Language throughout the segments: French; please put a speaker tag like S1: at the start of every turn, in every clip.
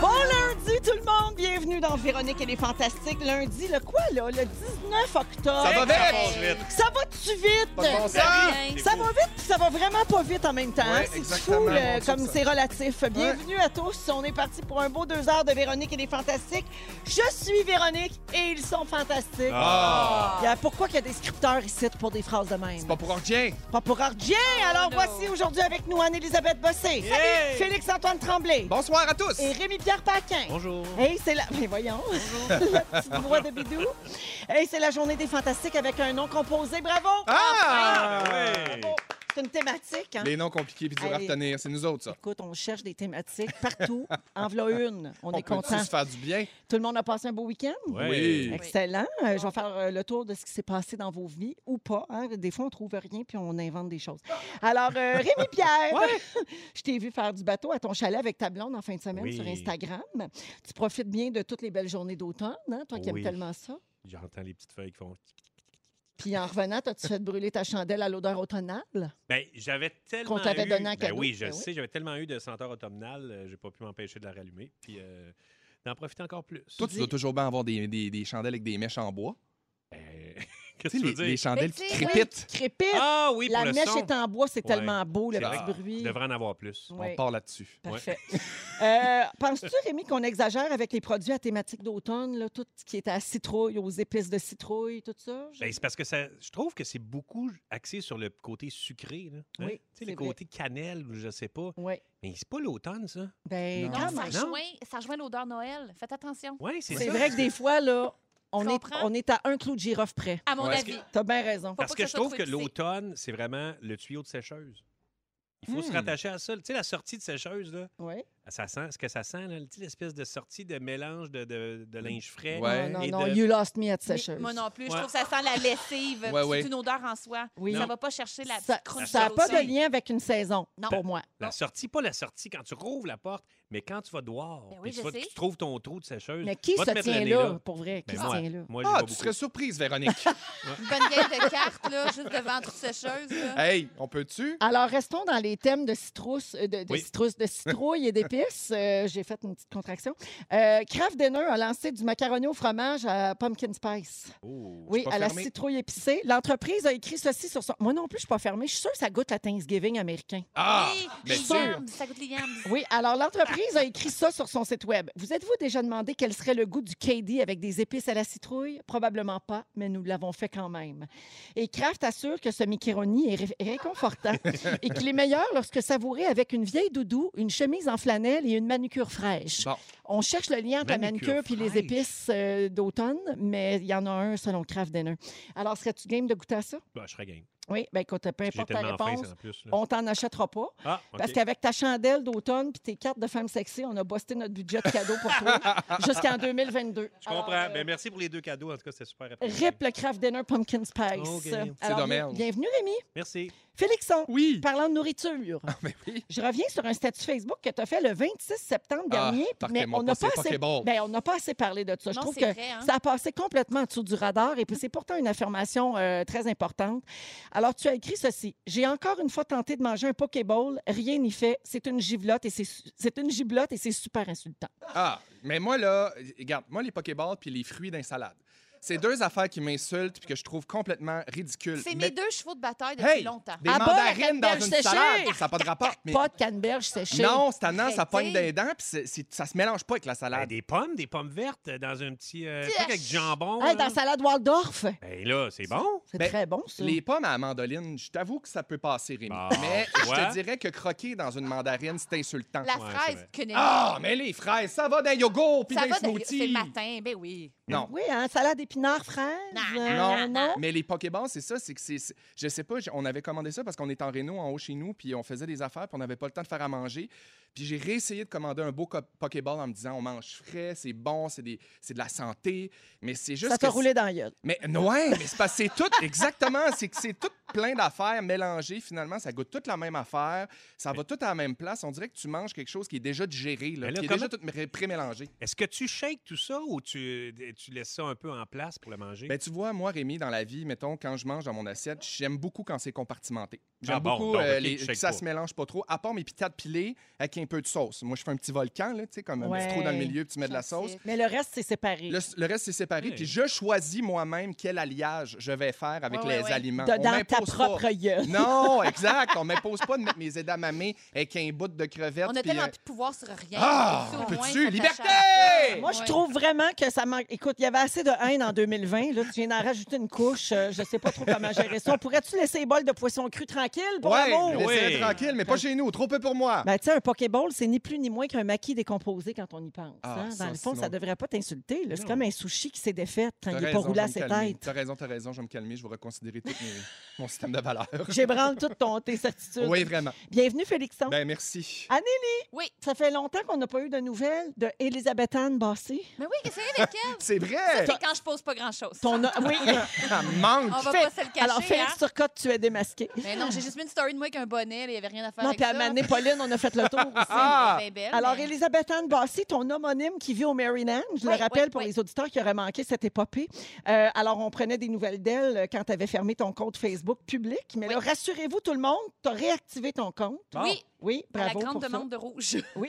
S1: Bon lundi tout le monde, bienvenue dans Véronique et les Fantastiques. Lundi, le quoi là? Le 19 octobre.
S2: Ça va vite!
S1: Ça va-tu vite?
S2: Pas de bon sens.
S1: Ça va vite, puis ça va vraiment pas vite en même temps.
S2: Ouais,
S1: hein? c'est
S2: exactement.
S1: fou,
S2: On
S1: euh,
S2: dit
S1: comme
S2: ça.
S1: c'est relatif. Bienvenue à tous. On est parti pour un beau deux heures de Véronique et les Fantastiques. Je suis Véronique et ils sont fantastiques.
S2: Ah!
S1: Il y a- Pourquoi qu'il y a des scripteurs ici pour des phrases de même?
S2: C'est pas pour rien.
S1: Pas pour rien. Alors voici aujourd'hui avec nous Anne-Élisabeth Bossé,
S2: Yeah.
S1: Félix-Antoine Tremblay
S2: Bonsoir à tous!
S1: et Rémi-Pierre Paquin.
S3: Bonjour.
S1: Hey, c'est la. Mais voyons. la petite voix de Bidou. Hey, c'est la journée des fantastiques avec un nom composé. Bravo!
S2: Ah!
S1: Bravo. C'est une thématique. Hein?
S2: Les noms compliqués puis dur à
S1: Allez.
S2: retenir, c'est nous autres, ça.
S1: Écoute, on cherche des thématiques partout. en v'là une. On, est
S2: peut
S1: content.
S2: se faire du bien?
S1: Tout le monde a passé un beau week-end?
S2: Oui.
S1: Excellent. Euh, je vais faire euh, le tour de ce qui s'est passé dans vos vies ou pas. hein. Des fois, on trouve rien puis on invente des choses. Alors, euh, Rémi Pierre, je t'ai vu faire du bateau à ton chalet avec ta blonde en fin de semaine
S3: Oui.
S1: sur Instagram. Tu profites bien de toutes les belles journées d'automne, hein, toi qui aimes
S3: Oui.
S1: tellement ça.
S3: J'entends les petites feuilles qui font. tic.
S1: Puis en revenant, t'as-tu fait brûler ta chandelle à l'odeur automnale?
S3: Ben, j'avais tellement.
S1: Qu'on t'avait
S3: eu-
S1: donné en
S3: Ben
S1: cadeau,
S3: oui, je
S1: ben oui.
S3: sais, j'avais tellement eu de senteur automnale, euh, j'ai pas pu m'empêcher de la rallumer. Puis euh, d'en profiter encore plus.
S2: Toi, tu dois toujours bien avoir des, des- des chandelles avec des mèches en bois.
S3: Ben,
S2: Tu
S3: Qu'est-ce
S2: sais,
S3: que tu
S2: les,
S3: veux dire?
S2: les chandelles qui
S4: Mais tu sais,
S2: crépitent.
S1: Crépite!
S3: Ah oui,
S1: la
S3: pour
S1: mèche
S3: le son.
S1: est en bois, c'est
S3: Ouais.
S1: tellement beau, le
S3: C'est
S1: petit
S3: vrai.
S1: bruit.
S3: Je devrais en avoir plus.
S1: Ouais.
S2: On part là-dessus.
S1: Parfait. Euh, Penses-tu, Rémi, qu'on exagère avec les produits à thématique d'automne, là, tout ce qui est à citrouille, aux épices de citrouille, tout ça? Je-
S3: Ben, c'est parce que ça, je trouve que c'est beaucoup axé sur le côté sucré. Là,
S1: Oui,
S3: hein? Tu sais, le
S1: c'est vrai.
S3: côté cannelle ou je sais pas.
S1: Oui.
S3: Mais c'est pas l'automne, ça.
S1: Ben,
S2: Non.
S1: quand
S4: Ça
S1: même.
S3: Non.
S4: rejoint, ça rejoint l'odeur Noël. Faites attention.
S3: Oui, c'est ça.
S1: C'est vrai que des fois, là, on, est,
S4: Je comprends.
S1: on est à un clou de girofle près.
S4: À mon
S3: Ouais, est-ce
S4: avis.
S1: T'as bien raison.
S4: Faut pas
S3: Parce
S4: que
S3: que,
S4: ça
S3: je
S4: soit
S3: trouve
S4: trop
S3: que
S4: épicé.
S3: l'automne, c'est vraiment le tuyau de sécheuse. Il faut se
S2: Hmm.
S3: rattacher à ça. Tu sais, la sortie de sécheuse, là,
S1: Oui.
S3: ça sent, ce que ça sent, là, tu sais, l'espèce de sortie de mélange de, de-
S1: Mmh.
S3: de linge frais.
S2: Ouais.
S1: Non, non,
S3: Et
S1: non,
S3: de-
S1: you lost me at
S4: Mais
S1: sécheuse.
S4: Moi non plus. Je
S3: Ouais.
S4: trouve que ça sent la lessive.
S2: Ouais,
S4: puis
S2: ouais.
S4: C'est une odeur en soi.
S1: Oui.
S4: Ça va pas chercher la petite croûte
S1: Ça n'a pas
S4: saucée.
S1: de lien avec une saison, non. pour moi.
S3: La sortie, pas la sortie quand tu rouvres la porte, mais quand tu vas dehors.
S4: Ben oui,
S3: puis tu,
S4: je
S3: vas-
S4: sais.
S3: tu trouves ton trou de sécheuse.
S1: Mais qui
S3: Ben, va te
S1: se
S3: mettre
S1: tient
S3: le nez
S1: là, pour vrai? Qui
S3: Ben
S1: se
S3: moi,
S1: tient là?
S3: moi, j'y
S2: Ah,
S3: vais
S2: tu
S3: beaucoup.
S2: serais surprise, Véronique.
S4: Une bonne game de cartes, là, juste devant toute sécheuse. là.
S2: hey, on peut-tu?
S1: Alors, restons dans les thèmes de citrousse, euh, de, de
S3: Oui.
S1: citrousse, de citrouille et d'épices. Euh, J'ai fait une petite contraction. Euh, Kraft Dinner a lancé du macaroni au fromage à pumpkin spice.
S3: Oh.
S1: Oui,
S2: pas
S1: à la
S2: fermé.
S1: citrouille épicée. L'entreprise a écrit ceci sur son... Moi non plus, je suis pas fermée. Je suis sûre que ça goûte à Thanksgiving américain.
S2: Ah!
S4: oui,
S2: ben
S4: les
S2: sûr.
S4: yams, ça goûte les yams.
S1: Oui, alors l'entreprise a écrit ça sur son site web. Vous êtes-vous déjà demandé quel serait le goût du KD avec des épices à la citrouille? Probablement pas, mais nous l'avons fait quand même. Et Kraft assure que ce macaroni est ré- réconfortant et qu'il est meilleur lorsque savouré avec une vieille doudou, une chemise en flanelle et une manucure fraîche.
S2: Bon.
S1: On cherche le lien entre la
S3: Manucure
S1: manucure puis les
S3: fraîche.
S1: épices euh, d'automne, mais il y en a un selon Kraft Dinner. Alors, serais-tu game de goûter à ça?
S3: Ben, je serais game.
S1: Oui, bien écoute, peu
S3: J'ai
S1: importe ta
S3: tellement faim,
S1: réponse,
S3: ça, en plus. là.
S1: on t'en achètera pas.
S3: Ah, OK.
S1: Parce qu'avec ta chandelle d'automne puis tes cartes de femmes sexy, on a busté notre budget de cadeaux pour toi jusqu'en 2022.
S3: Je comprends.
S1: Alors, euh,
S3: Ben, merci pour les deux cadeaux. En tout cas, c'est super apprécié.
S1: Rip le Kraft Dinner Pumpkin Spice.
S3: Ok. C'est
S1: Alors, bien-
S2: Oh, dommage.
S1: bienvenue, Rémi.
S3: Merci.
S1: Félixon,
S2: Oui!
S1: parlant de nourriture,
S2: Mais Ah, ben oui.
S1: je reviens sur un statut Facebook que tu as fait le 26 septembre
S2: Ah,
S1: dernier, mais
S2: partez-moi
S1: on n'a
S2: pas
S1: pas,
S2: ces
S1: assez...
S2: Pokéballs.
S1: ben, on n'a pas assez parlé de ça. je
S4: Non,
S1: trouve
S4: c'est
S1: que
S4: vrai, hein.
S1: ça a passé complètement en dessous du radar et puis c'est pourtant une affirmation euh, très importante. Alors, tu as écrit ceci. J'ai encore une fois tenté de manger un Pokéball. Rien n'y fait. C'est une givelotte et c'est su- c'est une giblotte et c'est super insultant.
S2: Ah, mais moi, là, regarde, moi, les Pokéballs puis les fruits d'un salade. C'est deux affaires qui m'insultent puis que je trouve complètement ridicules.
S4: C'est
S2: Mais-
S4: mes deux chevaux de bataille depuis
S2: Hey!
S4: longtemps.
S2: Des
S1: À bas, la
S2: mandarines dans
S1: canneberge
S2: une
S1: séchée!
S2: salade! Ça n'a pas de rapport. mais-
S1: Pas de canneberge séchée.
S2: Non, c'est tannant, ça
S4: Arrêtez.
S2: pogne des dents, puis c'est- c'est- ça se mélange pas avec la
S3: Ben,
S2: salade.
S3: des pommes, des pommes vertes euh, dans un petit euh,
S4: Tiens.
S3: truc avec du jambon.
S1: Hey,
S3: là.
S1: dans la salade Waldorf.
S3: Ben là, c'est bon.
S1: C'est
S2: Ben,
S1: très bon, ça.
S2: Les pommes à la mandoline, je t'avoue que ça peut passer, Rémi.
S3: Bon,
S2: mais
S3: tu
S2: je te
S3: vois?
S2: dirais que croquer dans une mandarine, c'est insultant.
S4: La
S3: Ouais, c'est
S4: fraise,
S3: vrai.
S4: que nenni.
S2: Ah, mais les fraises, ça va d'un yogourt puis
S4: ça
S2: d'un
S4: va d'ailleurs, c'est
S2: smoothie.
S4: le matin, ben oui.
S2: Non.
S1: Oui, hein, salade pinard fraise?
S4: Non,
S1: Euh,
S2: non,
S4: non.
S2: Mais les Pokéballs, c'est ça, c'est que c'est. c'est- Je sais pas, j- on avait commandé ça parce qu'on était en Réno, en haut chez nous, puis on faisait des affaires, puis on n'avait pas le temps de faire à manger. Puis j'ai réessayé de commander un beau co- Pokéball en me disant on mange frais, c'est bon, c'est des- c'est de la santé. Mais c'est juste.
S1: Ça t'a
S2: que
S1: roulé dans la gueule.
S2: Mais ouais, mais c'est parce que c'est tout, exactement, c'est que c'est tout plein d'affaires mélangées finalement, ça goûte toute la même affaire, ça va tout à la même place, on dirait que tu manges quelque chose qui est déjà digéré, là,
S3: Mais là,
S2: qui est
S3: comment-
S2: déjà tout mé- pré-mélangé.
S3: Est-ce que tu shakes tout ça ou tu, tu laisses ça un peu en place pour le manger?
S2: Ben, tu vois, moi, Rémi, dans la vie, mettons, quand je mange dans mon assiette, j'aime beaucoup quand c'est compartimenté. J'aime
S3: Ah bon,
S2: beaucoup
S3: donc,
S2: euh,
S3: ok,
S2: les-
S3: tu
S2: que
S3: shakes
S2: ça
S3: pas.
S2: se mélange pas trop, à part mes pitates pilées avec un peu de sauce. Moi, je fais un petit volcan, là, tu sais, comme un petit trou dans le
S1: Ouais.
S2: milieu, puis tu mets de la sauce.
S1: Mais le reste, c'est séparé.
S2: Le, le reste, c'est séparé.
S3: Ouais.
S2: Puis je choisis moi-même quel alliage je vais faire avec
S4: Ouais, ouais,
S2: les
S4: ouais.
S2: aliments.
S1: De-
S2: On
S1: dans ta
S2: m'impose pas.
S1: propre gueule.
S2: Non, exact. On m'impose pas de mettre mes edamame avec un bout de crevette.
S4: On a
S2: puis,
S4: tellement
S2: euh,
S4: plus de pouvoir sur rien.
S2: Ah!
S4: Ça, au moins,
S2: Peux-tu?
S4: faut
S2: Liberté!
S4: t'attacher à ça.
S1: Moi, je
S4: Ouais.
S1: trouve vraiment que ça manque. Écoute, il y avait assez de haine en 2020. Là, tu viens d'en rajouter une couche. Euh, je sais pas trop comment gérer ça. Pourrais-tu laisser les bols de poisson cru tranquille pour
S2: Ouais,
S1: l'amour?
S3: oui.
S2: laissez-le tranquille, mais pas chez nous. Trop peu pour moi.
S1: Ben, tu sais, un Pokéball, c'est ni plus ni moins qu'un maquis décomposé quand on y pense.
S2: Ah,
S1: hein. Dans
S2: ça,
S1: le fond,
S2: sinon-
S1: ça devrait pas t'insulter. là. C'est
S3: Non.
S1: comme un sushi qui s'est défait
S2: T'as
S1: quand il n'est pas
S2: raison, je
S1: roulé
S2: vais
S1: à
S2: me
S1: ses
S2: calmer.
S1: têtes.
S2: T'as raison, t'as raison, je vais me calmer, je vais reconsidérer tout mes- mon système de valeurs.
S1: J'ébranle toutes ton- tes certitudes.
S2: Oui, vraiment.
S1: Bienvenue, Félixon.
S2: Ben merci.
S1: Ça fait longtemps qu'on n'a pas eu de nouvelles de Elisabeth Anne Bassé.
S4: Mais oui, qu'est-ce qu'il y a avec elle?
S2: C'est vrai!
S4: C'est quand je pose pas grand-chose.
S1: Ton... Oui.
S2: Ça manque!
S4: On va
S1: Fais-
S4: pas se le cacher.
S1: Alors, Félix
S4: hein?
S1: Turcotte, tu es démasqué.
S4: Mais non, j'ai juste mis une story de moi avec un bonnet. Il y avait rien à faire
S1: Non,
S4: avec
S1: puis
S4: ça.
S1: à Mané, Pauline, on a fait le tour aussi.
S2: Ah!
S4: Elle est belle,
S1: Alors,
S4: mais-
S1: Elisabeth Anne Bassé, ton homonyme qui vit au Maryland, je
S4: Oui,
S1: le rappelle
S4: oui,
S1: pour
S4: oui.
S1: les auditeurs qui auraient manqué cette épopée. Euh, alors, on prenait des nouvelles d'elle euh, quand tu avais fermé ton compte Facebook public. Mais
S4: Oui.
S1: là, rassurez-vous, tout le monde, tu as réactivé ton compte.
S4: Oui,
S1: Oui,
S4: à la
S1: bravo.
S4: grande
S1: pour ça.
S4: demande de rouge.
S1: Oui.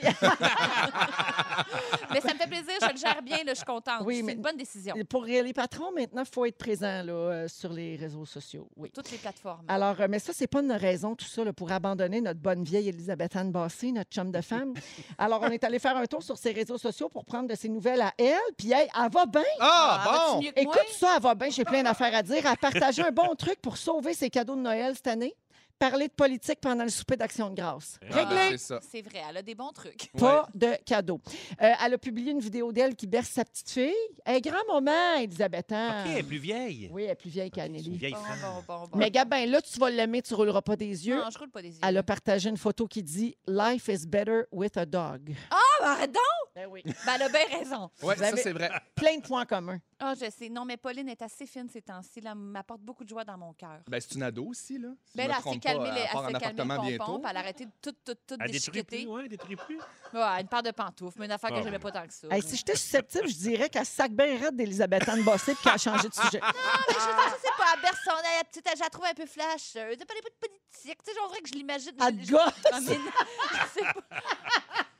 S4: mais ça me fait plaisir, je le gère bien, là, je suis contente.
S1: Oui, mais-
S4: C'est une bonne décision.
S1: pour les patrons, maintenant, il faut être présent là, euh, sur les réseaux sociaux. Oui.
S4: Toutes les plateformes.
S1: Alors, euh, mais ça, c'est pas une raison, tout ça, là, pour abandonner notre bonne vieille Elisabeth Anne Bassé, notre chum de femme. Alors, on est allé faire un tour sur ses réseaux sociaux pour prendre de ses nouvelles à elle. Puis, hey, elle va bien.
S2: Ah,
S4: vas-tu
S2: bon!
S4: mieux que moi?
S1: Écoute, ça, elle va bien. J'ai plein d'affaires à dire. Elle a partagé un bon truc pour sauver ses cadeaux de Noël cette année. Parler de politique pendant le souper d'Action de grâce.
S3: Ah,
S2: Ah,
S1: Réglé!
S2: C'est ça.
S4: C'est vrai, elle a des bons trucs.
S1: Pas de cadeau. Euh, elle a publié une vidéo d'elle qui berce sa petite fille. Un grand moment, Elisabeth Anne.
S3: OK, elle est plus vieille.
S1: Oui, elle est plus vieille
S3: C'est une
S1: qu'Anneli.
S3: vieille
S4: Bon,
S3: femme.
S4: bon, bon, bon.
S1: Mais Gabin, là, tu vas l'aimer, tu rouleras pas des yeux.
S4: Non, je roule pas des yeux.
S1: Elle a partagé une photo qui dit Life is better with a dog.
S4: Ah, ben, arrête donc!
S1: Ben oui.
S4: Ben, elle a bien raison.
S2: Ouais,
S1: Vous
S2: ça,
S1: avez-
S2: c'est vrai.
S1: Plein de points communs.
S4: Ah, je sais. Non, mais Pauline est assez fine ces temps-ci. là, Elle m'apporte beaucoup de joie dans mon cœur.
S2: Ben, c'est une ado aussi, là. Si je
S4: Ben,
S2: me
S4: là, elle s'est
S2: trompe pas,
S4: calmée,
S2: elle
S4: les- elle
S2: part en
S4: s'est calmée
S2: appartement
S4: le
S2: bientôt.
S4: pompon, puis elle a arrêté de tout, tout, tout
S3: Elle détruit plus,
S4: déchiqueter.
S3: ouais, elle détruit plus.
S4: Ouais, une paire de pantoufles, mais une affaire que
S3: Ah,
S4: j'aimais
S3: ouais.
S4: pas tant que ça.
S1: Hey, si j'étais susceptible, je dirais qu'elle se sac bien raide d'Elisabeth Anne Bossé puis qu'elle a changé de sujet.
S4: Ah, mais je sais- je sais pas, à personne, elle, la petite, elle, je la trouve un peu flash. Euh, elle parlait pas de politique. Tu sais, on dirait que je l'imagine.
S1: Elle
S4: je-
S1: te
S4: je- Ah,
S1: gosse.
S4: mais non, Je sais pas.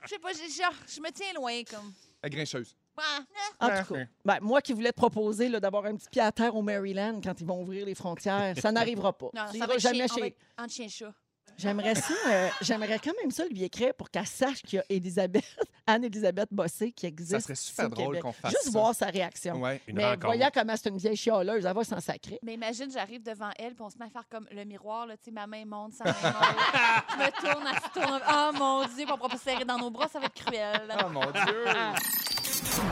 S4: Je sais pas, j'ai- genre, je me tiens loin, comme.
S2: Elle grincheuse.
S4: Ah,
S1: En tout cas, ben, moi qui voulais te proposer là, d'avoir un petit pied à terre au Maryland quand ils vont ouvrir les frontières, ça n'arrivera pas.
S4: Non,
S1: Tu
S4: ça
S1: iras
S4: va être
S1: jamais
S4: chien, on va
S1: chez.
S4: être entre chien et chat.
S1: J'aimerais ça, euh, j'aimerais quand même ça lui écrire pour qu'elle sache qu'il y a Elisabeth, Anne-Elisabeth Bossé qui existe.
S2: Ça serait
S1: ici
S2: super
S1: au
S2: drôle
S1: Québec.
S2: qu'on fasse
S1: Juste
S2: ça.
S1: voir sa réaction.
S2: Ouais.
S3: Une
S1: Mais
S3: rencontre.
S1: voyant comment c'est une vieille chialeuse, elle va s'en sacrer.
S4: Mais imagine, j'arrive devant elle, puis on se met à faire comme le miroir, là, tu sais, ma main monte, sa main monte. Je me tourne, elle se tourne. Oh mon Dieu, puis on pourra pas se serrer dans nos bras, ça va être cruel.
S1: Ah,
S2: Oh mon Dieu!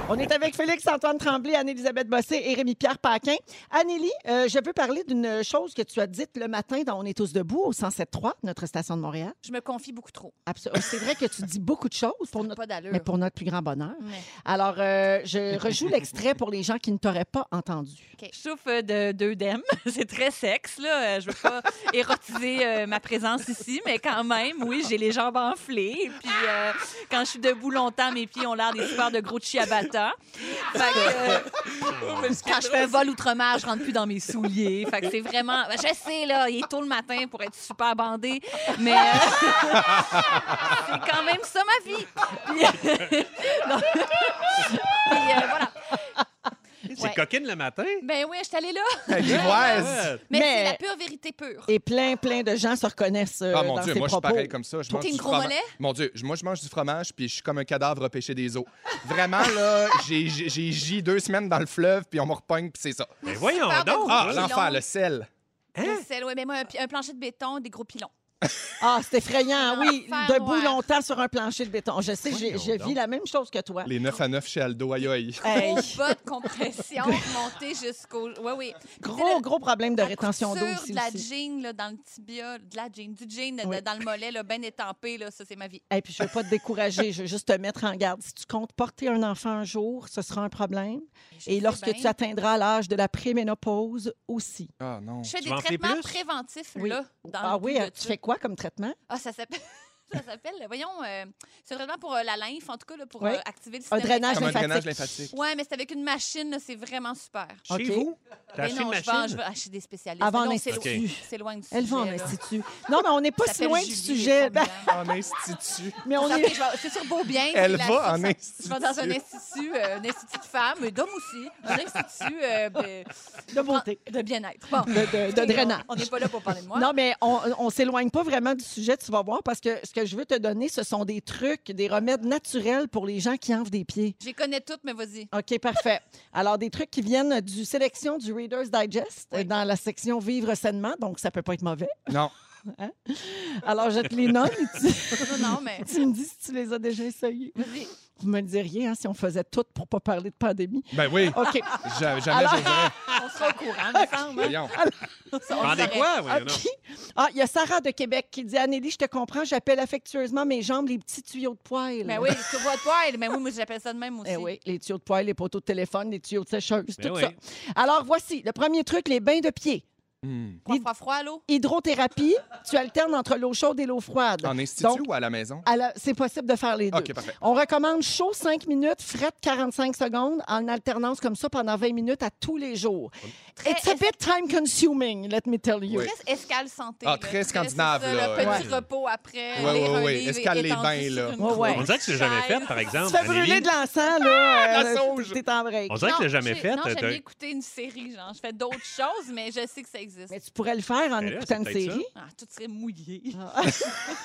S1: On est avec Félix Antoine Tremblay, Anne-Élisabeth Bossé et Rémi-Pierre Paquin. Annélie, euh, je veux parler d'une chose que tu as dite le matin dans On est tous debout au 107.3, notre station de Montréal.
S4: Je me confie beaucoup trop.
S1: Absol- C'est vrai que tu dis beaucoup de choses pour notre,
S4: Pas d'allure.
S1: mais pour notre plus grand bonheur.
S4: Mais-
S1: Alors, euh, je rejoue l'extrait pour les gens qui ne t'auraient pas entendu.
S4: OK.
S5: Je souffre euh, de d'œdème. C'est très sexe, là. Euh, Je veux pas érotiser euh, ma présence ici, mais quand même, oui, j'ai les jambes enflées. Et Puis euh, quand je suis debout longtemps, mes pieds ont l'air des super de gros ciabatta. Fait que, euh, quand je fais un vol outre-mer, je rentre plus dans mes souliers. Fait que c'est vraiment... Je sais, là, il est tôt le matin pour être super bandé, mais euh, c'est quand même ça ma vie. Puis, non.
S4: Puis, euh, voilà.
S3: C'est
S4: Ouais.
S3: coquine le matin.
S4: Ben oui, je suis allée là.
S2: Elle est
S3: Ouais.
S2: ivoise!
S4: Mais,
S1: Mais-
S4: c'est la pure vérité pure.
S1: Et plein, plein de gens se reconnaissent euh,
S2: Ah mon
S1: dans
S2: Dieu,
S1: ces
S2: moi je suis
S1: propos.
S2: pareil comme ça. Je
S4: Toi,
S2: mange
S4: t'es une
S2: du
S4: gros
S2: fromage.
S4: mollet?
S2: Mon Dieu, je- moi je mange du fromage puis je suis comme un cadavre repêché des eaux. Vraiment là, j'ai j'ai- j'ai gi deux semaines dans le fleuve puis on me repogne puis c'est ça.
S3: Mais voyons
S4: Super de
S3: donc.
S4: gros
S2: Ah,
S4: pilons.
S2: l'enfer, le sel.
S1: Hein?
S4: Des selles, ouais, mais moi, un, pi- un plancher de béton, des gros pilons.
S1: Ah, c'est effrayant,
S4: Un
S1: oui.
S4: enfer
S1: Debout
S4: noir.
S1: longtemps sur un plancher de béton. Je sais, j'ai-
S3: Voyons
S1: je vis
S3: donc.
S1: la même chose que toi.
S2: Les 9 à 9 chez Aldo, aïe aïe.
S1: Hey,
S4: Gros bas de compression, monter jusqu'au. Oui, oui. C'est
S1: gros,
S4: le-
S1: gros problème de
S4: la
S1: rétention d'eau
S4: couture
S1: ici.
S4: de la
S1: aussi.
S4: jean là, dans le tibia, de la jean, du jean de-
S1: Oui.
S4: dans le mollet, là, ben étampé, là, ça, c'est ma vie.
S1: Hey, puis je ne veux pas te décourager, je veux juste te mettre en garde. Si tu comptes porter un enfant un jour, ce sera un problème.
S4: Je
S1: Et
S4: sais
S1: lorsque
S4: bien.
S1: tu atteindras l'âge de la préménopause aussi.
S2: Ah non.
S4: Je fais
S3: Tu
S4: des
S3: vas en faire
S4: traitements
S3: plus?
S4: préventifs,
S1: Oui.
S4: là, dans
S1: ah
S4: le
S1: oui,
S4: bout
S1: hein,
S4: de
S1: tu
S4: ça.
S1: fais quoi comme traitement?
S4: Ah, ça s'appelle... Ça s'appelle, voyons, euh, c'est vraiment pour euh, la lymphe, en tout cas, là, pour
S1: Oui.
S4: euh, activer le système.
S1: drainage
S2: Comme un
S4: lymphatique.
S2: drainage lymphatique.
S4: Ouais, mais c'est avec une machine, là, c'est vraiment super.
S3: Chez
S1: OK.
S3: vous? T'as
S4: Ah, Mais
S3: acheté
S4: non,
S3: une
S4: je vais, en- je
S3: machine?
S4: vais acheter des spécialistes.
S1: Avant
S4: Mais non, c'est
S1: l'Institut.
S4: loin- C'est loin du sujet.
S1: Elle va en
S4: là.
S1: institut. Non, mais on n'est pas
S4: Ça
S1: si
S4: s'appelle
S1: loin du
S4: Julie, elle
S1: sujet.
S4: est
S1: Ben,
S4: formidable.
S2: En institut.
S1: mais on
S4: Ça
S1: est.
S4: fait- je vais- C'est sur Beaubien.
S2: Elle
S4: c'est la-
S2: va en
S4: sur-
S2: institut.
S4: Je vais dans un institut, euh, un institut de femmes, mais d'hommes aussi. Un institut euh, ben,
S1: De beauté.
S4: de bien-être. Bon.
S1: De, de- de
S4: Écoutez,
S1: drainage.
S4: On on n'est pas là pour parler de moi.
S1: Non, mais on, on s'éloigne pas vraiment du sujet, tu vas voir, parce que ce que je veux te donner, ce sont des trucs, des remèdes naturels pour les gens qui enflent des pieds.
S4: Je les connais toutes, mais vas-y.
S1: OK, parfait. Alors, des trucs qui viennent du sélection du Reader's Digest euh, dans la section Vivre sainement, donc ça peut pas être mauvais. Hein?
S2: Non.
S1: Alors, je te les nomme et tu,
S4: Non, non, mais
S1: tu me dis si tu les as déjà essayés. Vous me le diriez hein, si on faisait tout pour pas parler de pandémie.
S2: Ben oui,
S1: OK.
S2: ja- jamais je dirais.
S4: on sera au courant, il me semble.
S2: Voyons.
S4: hein. On le
S3: Vendez
S4: saurait.
S3: quoi? voyons donc?
S1: OK. Ah, il y a Sarah de Québec qui dit Anélie, je te comprends, j'appelle affectueusement mes jambes les petits tuyaux de poêle.
S4: Mais Ben oui, tu vois de poil. Mais oui, moi, j'appelle ça de même aussi.
S1: Eh oui, les tuyaux de poêle, les poteaux de téléphone, les tuyaux de sécheuse,
S3: Ben
S1: tout
S3: oui.
S1: ça. Alors, voici le premier truc les bains de pieds.
S2: Hmm.
S4: Quoi,
S1: Les-
S4: froid, froid, à l'eau?
S1: Hydrothérapie, tu alternes entre l'eau chaude et l'eau froide.
S2: En institut
S1: Donc,
S2: ou à la maison?
S1: à la- c'est possible de faire les deux.
S2: OK, parfait.
S1: On recommande chaud 5 minutes, fret 45 secondes, en alternance comme ça pendant 20 minutes à tous les jours.
S4: Très
S1: It's a bit time consuming, let me tell you.
S2: Oui.
S4: Très escale santé.
S2: Ah,
S4: là.
S2: très
S4: c'est
S2: scandinave,
S4: ça,
S2: là,
S4: Le petit
S3: ouais.
S4: repos après.
S2: Ouais,
S4: lire
S2: ouais,
S4: un
S2: ouais,
S4: livre et
S2: escale les
S4: étendu
S2: bains,
S4: sur
S2: là.
S4: une
S1: Ouais, ouais.
S4: couche.
S3: On dirait que tu l'as jamais fait, par
S1: Tu
S3: exemple.
S1: te fais
S3: Anneli.
S1: brûler de l'encens, là.
S2: Ah, la
S1: euh,
S2: sauge.
S1: T'es en break.
S3: On dirait que tu l'as
S4: Non,
S3: jamais
S4: j'ai-
S3: fait.
S4: Non, j'aime
S3: T'as-
S4: bien écouter une série, genre. Je fais d'autres choses, mais je sais que ça existe.
S1: Mais tu pourrais le faire en
S3: Ben là,
S1: écoutant une
S3: c'est peut-être
S1: série.
S4: Ah, tout serait mouillé.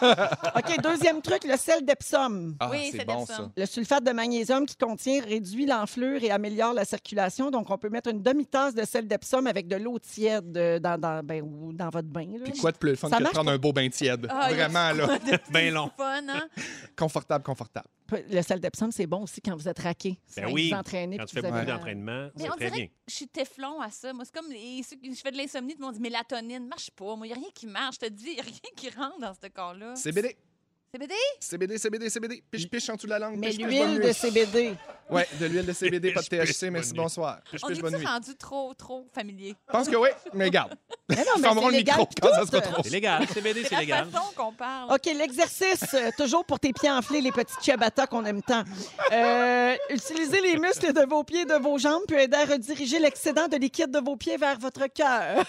S1: Ah. OK, deuxième truc, le sel d'Epsom.
S2: Ah,
S4: Oui,
S2: c'est
S4: c'est
S2: bon
S4: Epsom.
S2: ça.
S1: Le sulfate de magnésium qui contient réduit l'enflure et améliore la circulation. Donc, on peut mettre une demi-tasse de sel d'Epsom avec de l'eau tiède euh, dans, dans, ben, ou dans votre bain. là.
S2: Puis quoi de plus le fun
S1: Ça
S2: que de
S1: marche
S2: prendre un beau bain tiède?
S4: Ah, il y a
S2: Vraiment, là.
S3: Ben long.
S4: Fun, hein?
S2: Confortable, confortable.
S1: Le sel d'Epsom, c'est puis vous quand vous êtes raqué.
S3: Ben oui,
S1: Vous entraînez,
S3: Quand
S1: puis
S3: tu fais
S1: vous
S3: beaucoup
S1: avez-
S3: d'entraînement,
S4: Mais
S3: c'est
S4: on
S3: très
S4: dirait
S3: bien.
S4: que je suis téflon à ça. Moi, c'est comme les, ceux qui- je fais de l'insomnie, tout le monde dit mélatonine, marche pas. Moi, il n'y a rien qui marche. Je te dis, il n'y a rien qui rentre dans ce corps-là.
S2: CBD,
S4: CBD?
S2: CBD, CBD, CBD. Piche, piche en dessous de la langue.
S1: Mais
S2: piche, piche,
S1: l'huile
S2: bonne
S1: de
S2: nuit.
S1: CBD.
S2: Ouais, de l'huile de CBD, pas de
S3: Piche, piche,
S2: THC, merci,
S3: bonne nuit.
S2: bonsoir. Piche,
S4: On
S2: piche, bonne
S4: est-tu
S2: nuit.
S4: rendu trop, trop familier?
S2: Je pense que oui, mais garde.
S1: Mais non, mais
S2: Fermerons
S1: c'est
S2: le
S1: légal.
S2: micro
S1: puis
S2: quand ça
S1: tout.
S2: sera trop.
S3: C'est légal. CBD, c'est
S4: C'est la
S3: légal. Ah.
S4: façon qu'on parle.
S1: OK, l'exercice, euh, toujours pour tes pieds enflés, les petits ciabatta qu'on aime tant. Euh, utiliser les muscles de vos pieds et de vos jambes peut aider à rediriger l'excédent de liquide de vos pieds vers votre cœur.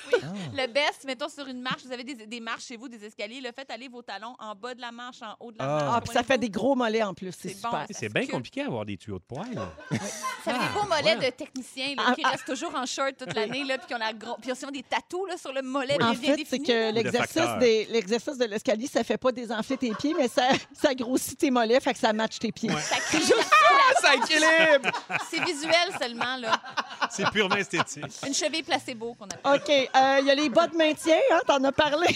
S4: Le best, mettons sur une marche, vous avez des, des marches chez vous, des escaliers, le faites aller vos talons en bas de la marche, en haut de la
S2: Ah.
S4: marche.
S1: Ah, puis ça fait des
S4: comprenez-vous?
S1: gros mollets en plus, c'est
S4: C'est bon,
S1: super.
S4: ça.
S3: C'est bien
S4: que-
S3: compliqué d'avoir des tuyaux de poêle.
S4: Ça fait des beaux
S3: Ah,
S4: mollets
S3: ouais.
S4: de techniciens là,
S1: Ah,
S4: qui restent toujours en shirt toute l'année, là, puis qui ont la gros... puis ils ont souvent des tatous là, sur le mollet
S1: En
S4: bien, bien
S1: fait, c'est
S4: défini.
S1: que
S3: de
S1: l'exercice
S3: facteur.
S1: des- l'exercice de l'escalier, ça fait pas désenfler tes pieds, mais ça, ça grossit tes mollets, fait que ça matche tes pieds.
S4: Ça crée
S2: Ça équilibre!
S4: la- C'est visuel seulement, là.
S3: C'est purement esthétique.
S4: Une cheville placebo qu'on appelle.
S1: OK. euh, Il y a les bas de maintien, hein, t'en as parlé.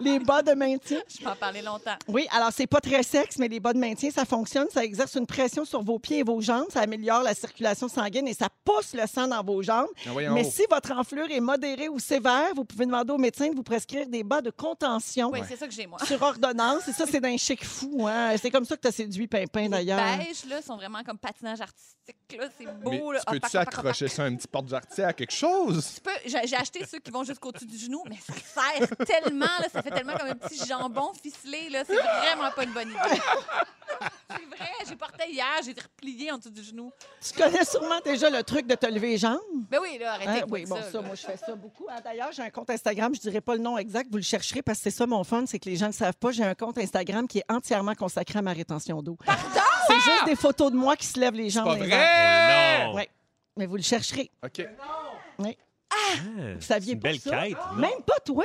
S1: les bas de maintien.
S4: Je peux en parler longtemps.
S1: Oui, alors c'est pas très sexe, mais les bas de maintien, ça fonctionne. Ça exerce une pression sur vos pieds et vos jambes. Ça améliore la circulation sanguine et ça pousse le sang dans vos jambes.
S2: Ah, voyons.
S1: Mais si votre enflure est modérée ou sévère, vous pouvez demander au médecin de vous prescrire des bas de contention.
S4: Oui, c'est ça que j'ai, moi.
S1: Sur ordonnance, et ça, c'est d'un chic fou. Hein? C'est comme ça que tu as séduit Pimpin, d'ailleurs.
S4: Beige, là, sont vraiment comme patinage artistique, là. C'est
S2: Mais
S4: beau, là. Ah,
S2: tu
S4: Hop,
S2: peux-tu
S4: hop, hop, hop, hop.
S2: accrocher ça à un petit porte-jartier à quelque chose?
S4: Tu peux- J'ai j'ai acheté ceux qui vont jusqu'au-dessus du genou, mais ça serre tellement, là, ça fait tellement comme un petit jambon ficelé. là. C'est vraiment pas une bonne idée. C'est vrai, j'ai porté hier, j'ai replié en dessous du genou.
S1: Tu connais sûrement déjà le truc de te lever les jambes.
S4: Ben oui, là,
S1: Hein?
S4: arrêtez avec
S1: Oui,
S4: moi
S1: bon,
S4: de
S1: ça,
S4: ça. là.
S1: moi, je fais ça beaucoup. Ah, D'ailleurs, j'ai un compte Instagram, je dirais pas le nom exact, vous le chercherez parce que c'est ça mon fun, c'est que les gens ne le savent pas. J'ai un compte Instagram qui est entièrement consacré à ma rétention d'eau. C'est juste des photos de moi qui se lèvent les jambes.
S2: Pas
S1: les
S2: vrai?
S1: airs.
S4: Euh,
S3: Mais non.
S1: Ouais. Mais vous le chercherez.
S2: OK.
S3: Ah,
S1: saviez
S3: Euh, c'est une
S1: pas
S3: belle
S1: ça?
S3: quête. non?
S1: Même pas toi.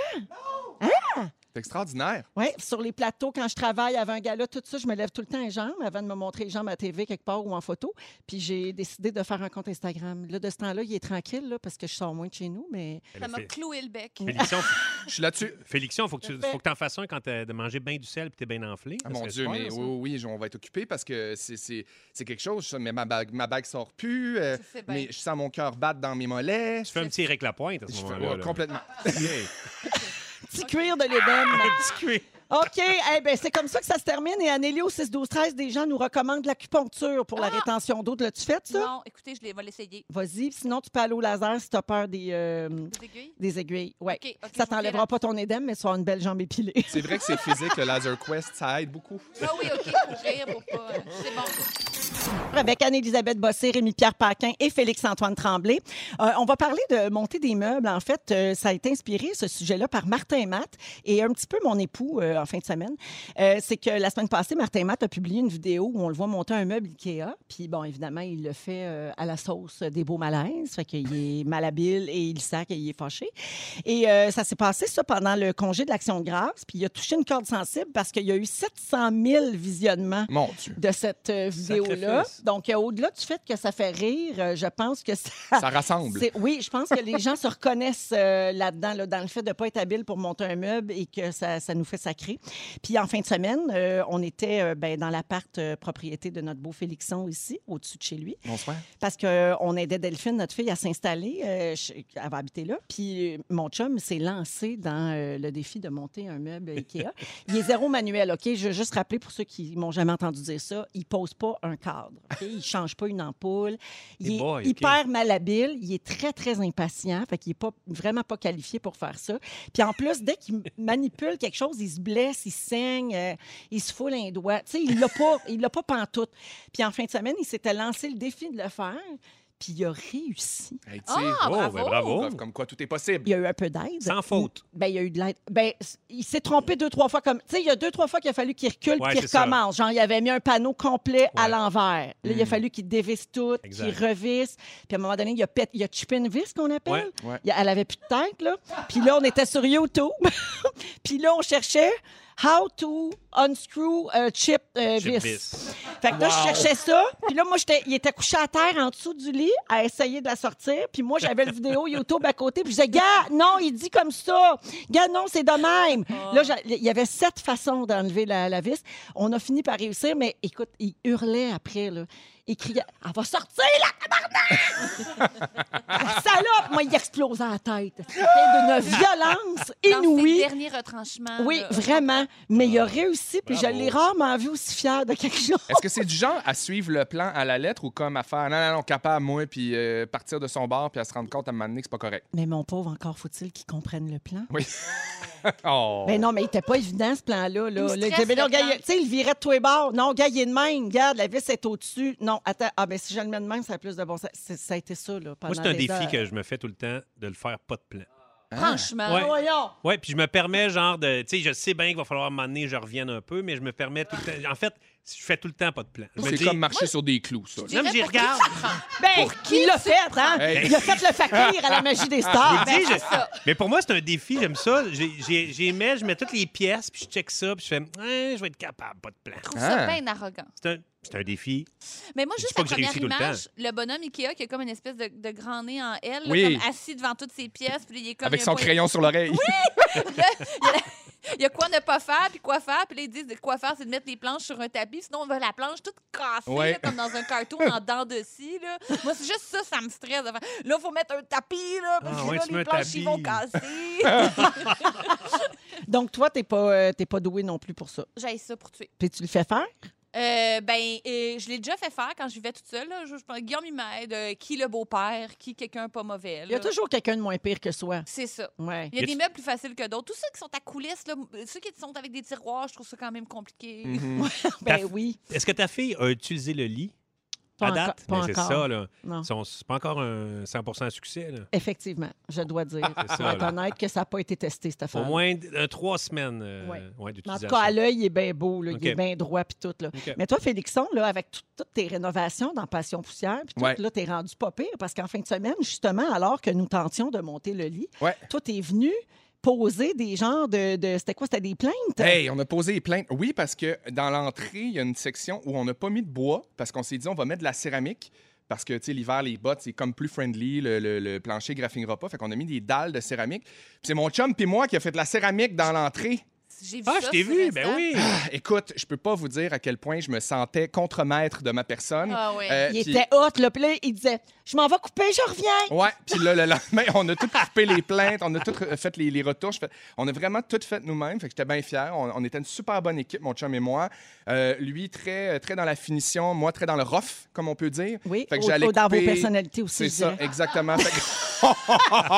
S2: C'est extraordinaire.
S1: Oui, sur les plateaux, quand je travaille avant un gala, tout ça, je me lève tout le temps les jambes avant de me montrer les jambes à TV quelque part ou en photo. Puis j'ai décidé de faire un compte Instagram. Là, de ce temps-là, il est tranquille là, parce que je sors moins de chez nous, mais
S3: Elle
S4: Ça
S3: a
S4: m'a
S3: fait-
S4: cloué le bec.
S3: Félixion,
S2: Je suis là-dessus.
S4: Ah,
S3: Félixion, faut que tu
S1: Parfait.
S3: faut que t'en fasses un quand t'as de manger bien du sel puis t'es bien enflé.
S2: Ah,
S3: Ça
S2: mon
S3: serait
S2: Dieu,
S3: super,
S2: mais
S3: ça.
S2: oui, oui, oui, on va être occupé parce que c'est- c'est c'est quelque chose. ça, Mais ma bague, ma bague sort plus. euh,
S4: Je sais bien.
S2: mais je sens mon cœur battre dans mes mollets.
S3: Tu fais un petit rec la pointe à
S2: Je
S3: ce
S2: fais-
S3: moment-là.
S2: ouais,
S3: là.
S2: complètement.
S3: Ok.
S1: petit cuir de l'Éden.
S3: Un petit cuir.
S1: OK, eh ben, c'est comme ça que ça se termine. Et Anneli, au 6 12 13 des gens nous recommandent l'acupuncture pour la rétention d'eau. L'as-tu fait, ça?
S4: Ah! Non, écoutez, je les- vais l'essayer.
S1: Vas-y, sinon tu peux aller au laser si tu as peur des, euh,
S4: Des aiguilles?
S1: des aiguilles. Ouais.
S4: OK,
S1: ça
S4: OK, je me
S1: t'enlèvera
S4: fierai.
S1: pas ton édème, mais tu auras une belle jambe épilée.
S2: C'est vrai que c'est physique, le Laser Quest, ça aide beaucoup.
S4: Ah oui, OK, pour rire, pour pas. C'est bon.
S1: Avec Anne-Élisabeth Bossé, Rémi-Pierre Paquin et Félix-Antoine Tremblay. Euh, on va parler de monter des meubles. En fait, euh, ça a été inspiré, ce sujet-là, par Martin et Matt et un petit peu mon époux euh, en fin de semaine. Euh, C'est que la semaine passée, Martin et Matt a publié une vidéo où on le voit monter un meuble Ikea. Puis bon, évidemment, il le fait euh, à la sauce des beaux malaises. Fait qu'il est malhabile et il sait qu'il est fâché. Et euh, ça s'est passé, ça, pendant le congé de l'Action de grâce. Puis il a touché une corde sensible parce qu'il y a eu 700 000 visionnements
S2: Mon Dieu.
S1: de cette euh, vidéo-là.
S3: Sacrifice.
S1: Donc, euh, au-delà du fait que ça fait rire, euh, je pense que ça.
S4: Ah,
S2: Ça rassemble.
S1: c'est- Oui, je pense que les gens se reconnaissent euh, là-dedans, là, dans le fait de ne pas être habile pour monter un meuble et que ça, ça nous fait sacrer. Puis en fin de semaine, euh, on était euh, ben, dans l'appart euh, propriété de notre beau Félixon ici, au-dessus de chez lui
S2: Bonsoir.
S1: parce qu'on aidait Delphine, notre fille, à s'installer. euh, chez- elle va habiter là. Puis euh, mon chum s'est lancé dans euh, le défi de monter un meuble Ikea. Il est zéro manuel, OK? Je veux juste rappeler pour ceux qui m'ont jamais entendu dire ça, il pose pas un cadre, OK? Il change pas une ampoule. Il
S3: Hey
S1: est
S3: boy, OK.
S1: hyper malhabile. Il est très, très impatient. Fait qu'il est pas, vraiment pas qualifié pour faire ça. Puis en plus, dès qu'il manipule quelque chose, il se blesse, il saigne, euh, il se foule un doigt. Tu sais, il l'a pas, il l'a pas pantoute. Puis en fin de semaine, il s'était lancé le défi de le faire, puis il a réussi.
S2: Hey, tu sais,
S4: Ah,
S3: Oh, ben bravo.
S2: preuve comme quoi tout est possible.
S1: Il a eu un peu d'aide.
S3: Sans faute.
S1: Ben, il y a eu de l'aide. Ben, s- il s'est trompé deux, trois fois. Comme... Tu sais, il y a deux, trois fois qu'il a fallu qu'il recule
S3: Ouais,
S1: puis qu'il
S3: c'est ça.
S1: recommence. Genre, il avait mis un panneau complet à
S3: Ouais. Hmm.
S1: l'envers. Là, il a fallu qu'il dévisse tout, qu'il
S3: Exact.
S1: revisse. Puis à un moment donné, il a, pét... il a chippé une vis qu'on appelle.
S2: Ouais, ouais.
S1: Il a- Elle avait plus de tête, là. Puis là, on était sur YouTube. puis là, on cherchait How to unscrew a chip euh, vis.
S3: Chip vis.
S1: Fait que là, je cherchais ça. Puis là, moi, j'étais- il était couché à terre en dessous du lit à essayer de la sortir. Puis moi, j'avais le vidéo YouTube à côté. Puis je disais, gars, non, il dit comme ça. Gars, non, c'est de même. Là, j'a- il y avait sept façons d'enlever la, la vis. On a fini par réussir, mais écoute, il hurlait après, là. Il criait, elle va sortir, la tabarnak! la salope! Moi, il explosait à la tête. C'était d'une violence
S4: Dans ses
S1: inouïe.
S4: derniers retranchements.
S1: Oui,
S4: là.
S1: vraiment. Mais il a réussi, puis je
S3: Bravo.
S1: l'ai rarement vu aussi fier de quelque chose.
S2: Est-ce que c'est du genre à suivre le plan à la lettre ou comme à faire non, non, non, capable, moi, puis euh, partir de son bar puis à se rendre compte à un moment donné que c'est pas correct?
S1: Mais mon pauvre, encore faut-il qu'il comprenne le plan.
S2: Oui. oh.
S1: Mais Ben non, mais il était pas évident, ce plan-là. Là.
S4: me
S1: Là, il
S4: stresse,
S1: disait, mais non,
S4: le
S1: gars,
S4: plan.
S1: il- tu sais, il virait de tous les bords. Non, gars, il est de même. Regarde, la vis est au-dessus. Non, attends. Ah, ben si je le mets de même, ça a plus de bon sens. C'est- Ça a été ça, là, pendant
S3: Moi, c'est un
S1: des
S3: défi
S1: heures.
S3: que je me fais tout le temps de le faire pas de plan.
S4: Ah. Franchement.
S3: Ouais.
S1: Ben Voyons!
S3: Ouais, puis je me permets, genre, de. Tu sais, je sais bien qu'il va falloir m'amener, je revienne un peu, mais je me permets tout le temps. En fait, je fais tout le temps pas de plan. Je me
S2: C'est
S3: dis-
S2: comme marcher sur des clous, ça.
S4: Je
S3: Non, mais
S4: dirais
S3: j'y
S4: pour qui
S3: regarde.
S4: tu prends?
S1: Ben, il l'a fait, hein?
S2: Hey.
S1: Il a fait le fakir à la magie des stars.
S3: Je vous le dis,
S4: Ben,
S3: je-
S4: c'est ça.
S3: Mais pour moi, c'est un défi, j'aime ça. J'ai- j'ai- J'aimais, je mets toutes les pièces, puis je check ça, puis je fais, Hein, je vais être capable, pas de plan.
S4: Je trouve
S2: Ah.
S4: ça bien arrogant.
S3: C'est un, c'est un défi.
S4: Mais moi,
S3: Je dis
S4: juste
S3: pas
S4: la
S3: que j'ai
S4: première
S3: réussi tout le temps.
S4: image, le, bonhomme Ikea qui a comme une espèce de, de grand nez en L, là,
S2: Oui.
S4: comme assis devant toutes ses pièces, puis il est comme...
S2: Avec
S4: il a
S2: son
S4: pas-
S2: crayon sur l'oreille.
S4: Il y a quoi ne pas faire, puis quoi faire, puis là, ils disent de quoi faire, c'est de mettre les planches sur un tapis, sinon on va la planche toute cassée,
S2: Ouais.
S4: là, comme dans un cartoon en dents de scie. Là. Moi, c'est juste ça, ça me stresse. Là, il faut mettre un tapis, là, parce
S3: Ah,
S4: que
S3: ouais,
S4: là,
S3: tu mets
S4: les
S3: un
S4: planches, ils vont
S3: tapis.
S4: casser.
S1: Donc, toi, t'es pas, euh, t'es pas doué non plus pour ça.
S4: J'ai ça pour tuer.
S1: Puis tu le fais faire?
S4: Euh, ben, euh, je l'ai déjà fait faire quand je vivais toute seule. Là. Je, je pense, Guillaume, il m'aide. euh, qui le beau-père, qui quelqu'un pas mauvais.
S1: Il y a
S4: là.
S1: toujours quelqu'un de moins pire que soi.
S4: C'est ça.
S1: Ouais.
S4: Il y a
S3: Y
S4: des
S3: a-tu-
S4: meubles plus faciles que d'autres. Tous ceux qui sont à coulisses, là, ceux qui sont avec des tiroirs, je trouve ça quand même compliqué.
S3: Mm-hmm.
S2: Mhm.
S1: Ben oui.
S3: Est-ce que ta fille a utilisé le lit
S1: Pas
S3: à date?
S1: encore- pas
S3: Mais Ben, c'est
S1: encore.
S3: ça, là.
S1: Non.
S3: Son- C'est pas encore un 100 succès, là.
S1: Effectivement, je dois dire,
S3: C'est
S1: pour
S3: ça,
S1: être
S3: là.
S1: honnête, que ça n'a pas été testé, cette
S3: Au
S1: affaire.
S3: moins euh, trois semaines euh,
S1: Ouais.
S3: ouais,
S1: Mais En tout
S3: d'utilisation.
S1: cas, à l'œil, il est bien beau, là, il est
S3: OK.
S1: bien droit, puis tout. Là.
S3: OK.
S1: Mais toi, Félixon, là, avec tout- toutes tes rénovations dans Passion Poussière, puis tout,
S2: Ouais.
S1: là, t'es rendu pas pire, parce qu'en fin de semaine, justement, alors que nous tentions de monter le lit,
S2: Ouais.
S1: toi, t'es venu, poser des genres de. de- c'était quoi? C'était des plaintes?
S2: Hey, on a posé les plaintes. Oui, parce que dans l'entrée, il y a une section où on n'a pas mis de bois parce qu'on s'est dit on va mettre de la céramique. Parce que, tu sais, l'hiver, les bottes, c'est comme plus friendly, le, le- le plancher graffinera pas. Fait qu'on a mis des dalles de céramique. Puis c'est mon chum puis moi qui a fait de la céramique dans l'entrée.
S4: J'ai vu
S3: Ah,
S4: ça
S3: je t'ai
S4: sur
S3: vu,
S4: Insta.
S3: ben oui.
S2: Ah, Écoute, je peux pas vous dire à quel point je me sentais contre-maître de ma personne.
S4: Ah oui.
S2: Euh,
S1: Il
S2: puis- Oh.
S1: était hot, là. Puis là, il disait Je m'en vais couper, je reviens.
S2: Ouais, puis là, le lendemain, on a tout coupé les plaintes, on a tout re- fait les, les retouches. fait- on a vraiment tout fait nous-mêmes. Fait que j'étais bien fier. On, on était une super bonne équipe, mon chum et moi. Euh, lui, très, très dans la finition, moi, très dans le rough, comme on peut dire.
S1: Oui,
S2: Fait que
S1: au-
S2: j'allais
S1: au- dans vos
S2: couper-
S1: personnalités aussi.
S2: C'est
S1: je
S2: ça,
S1: dirais.
S2: exactement. Fait que-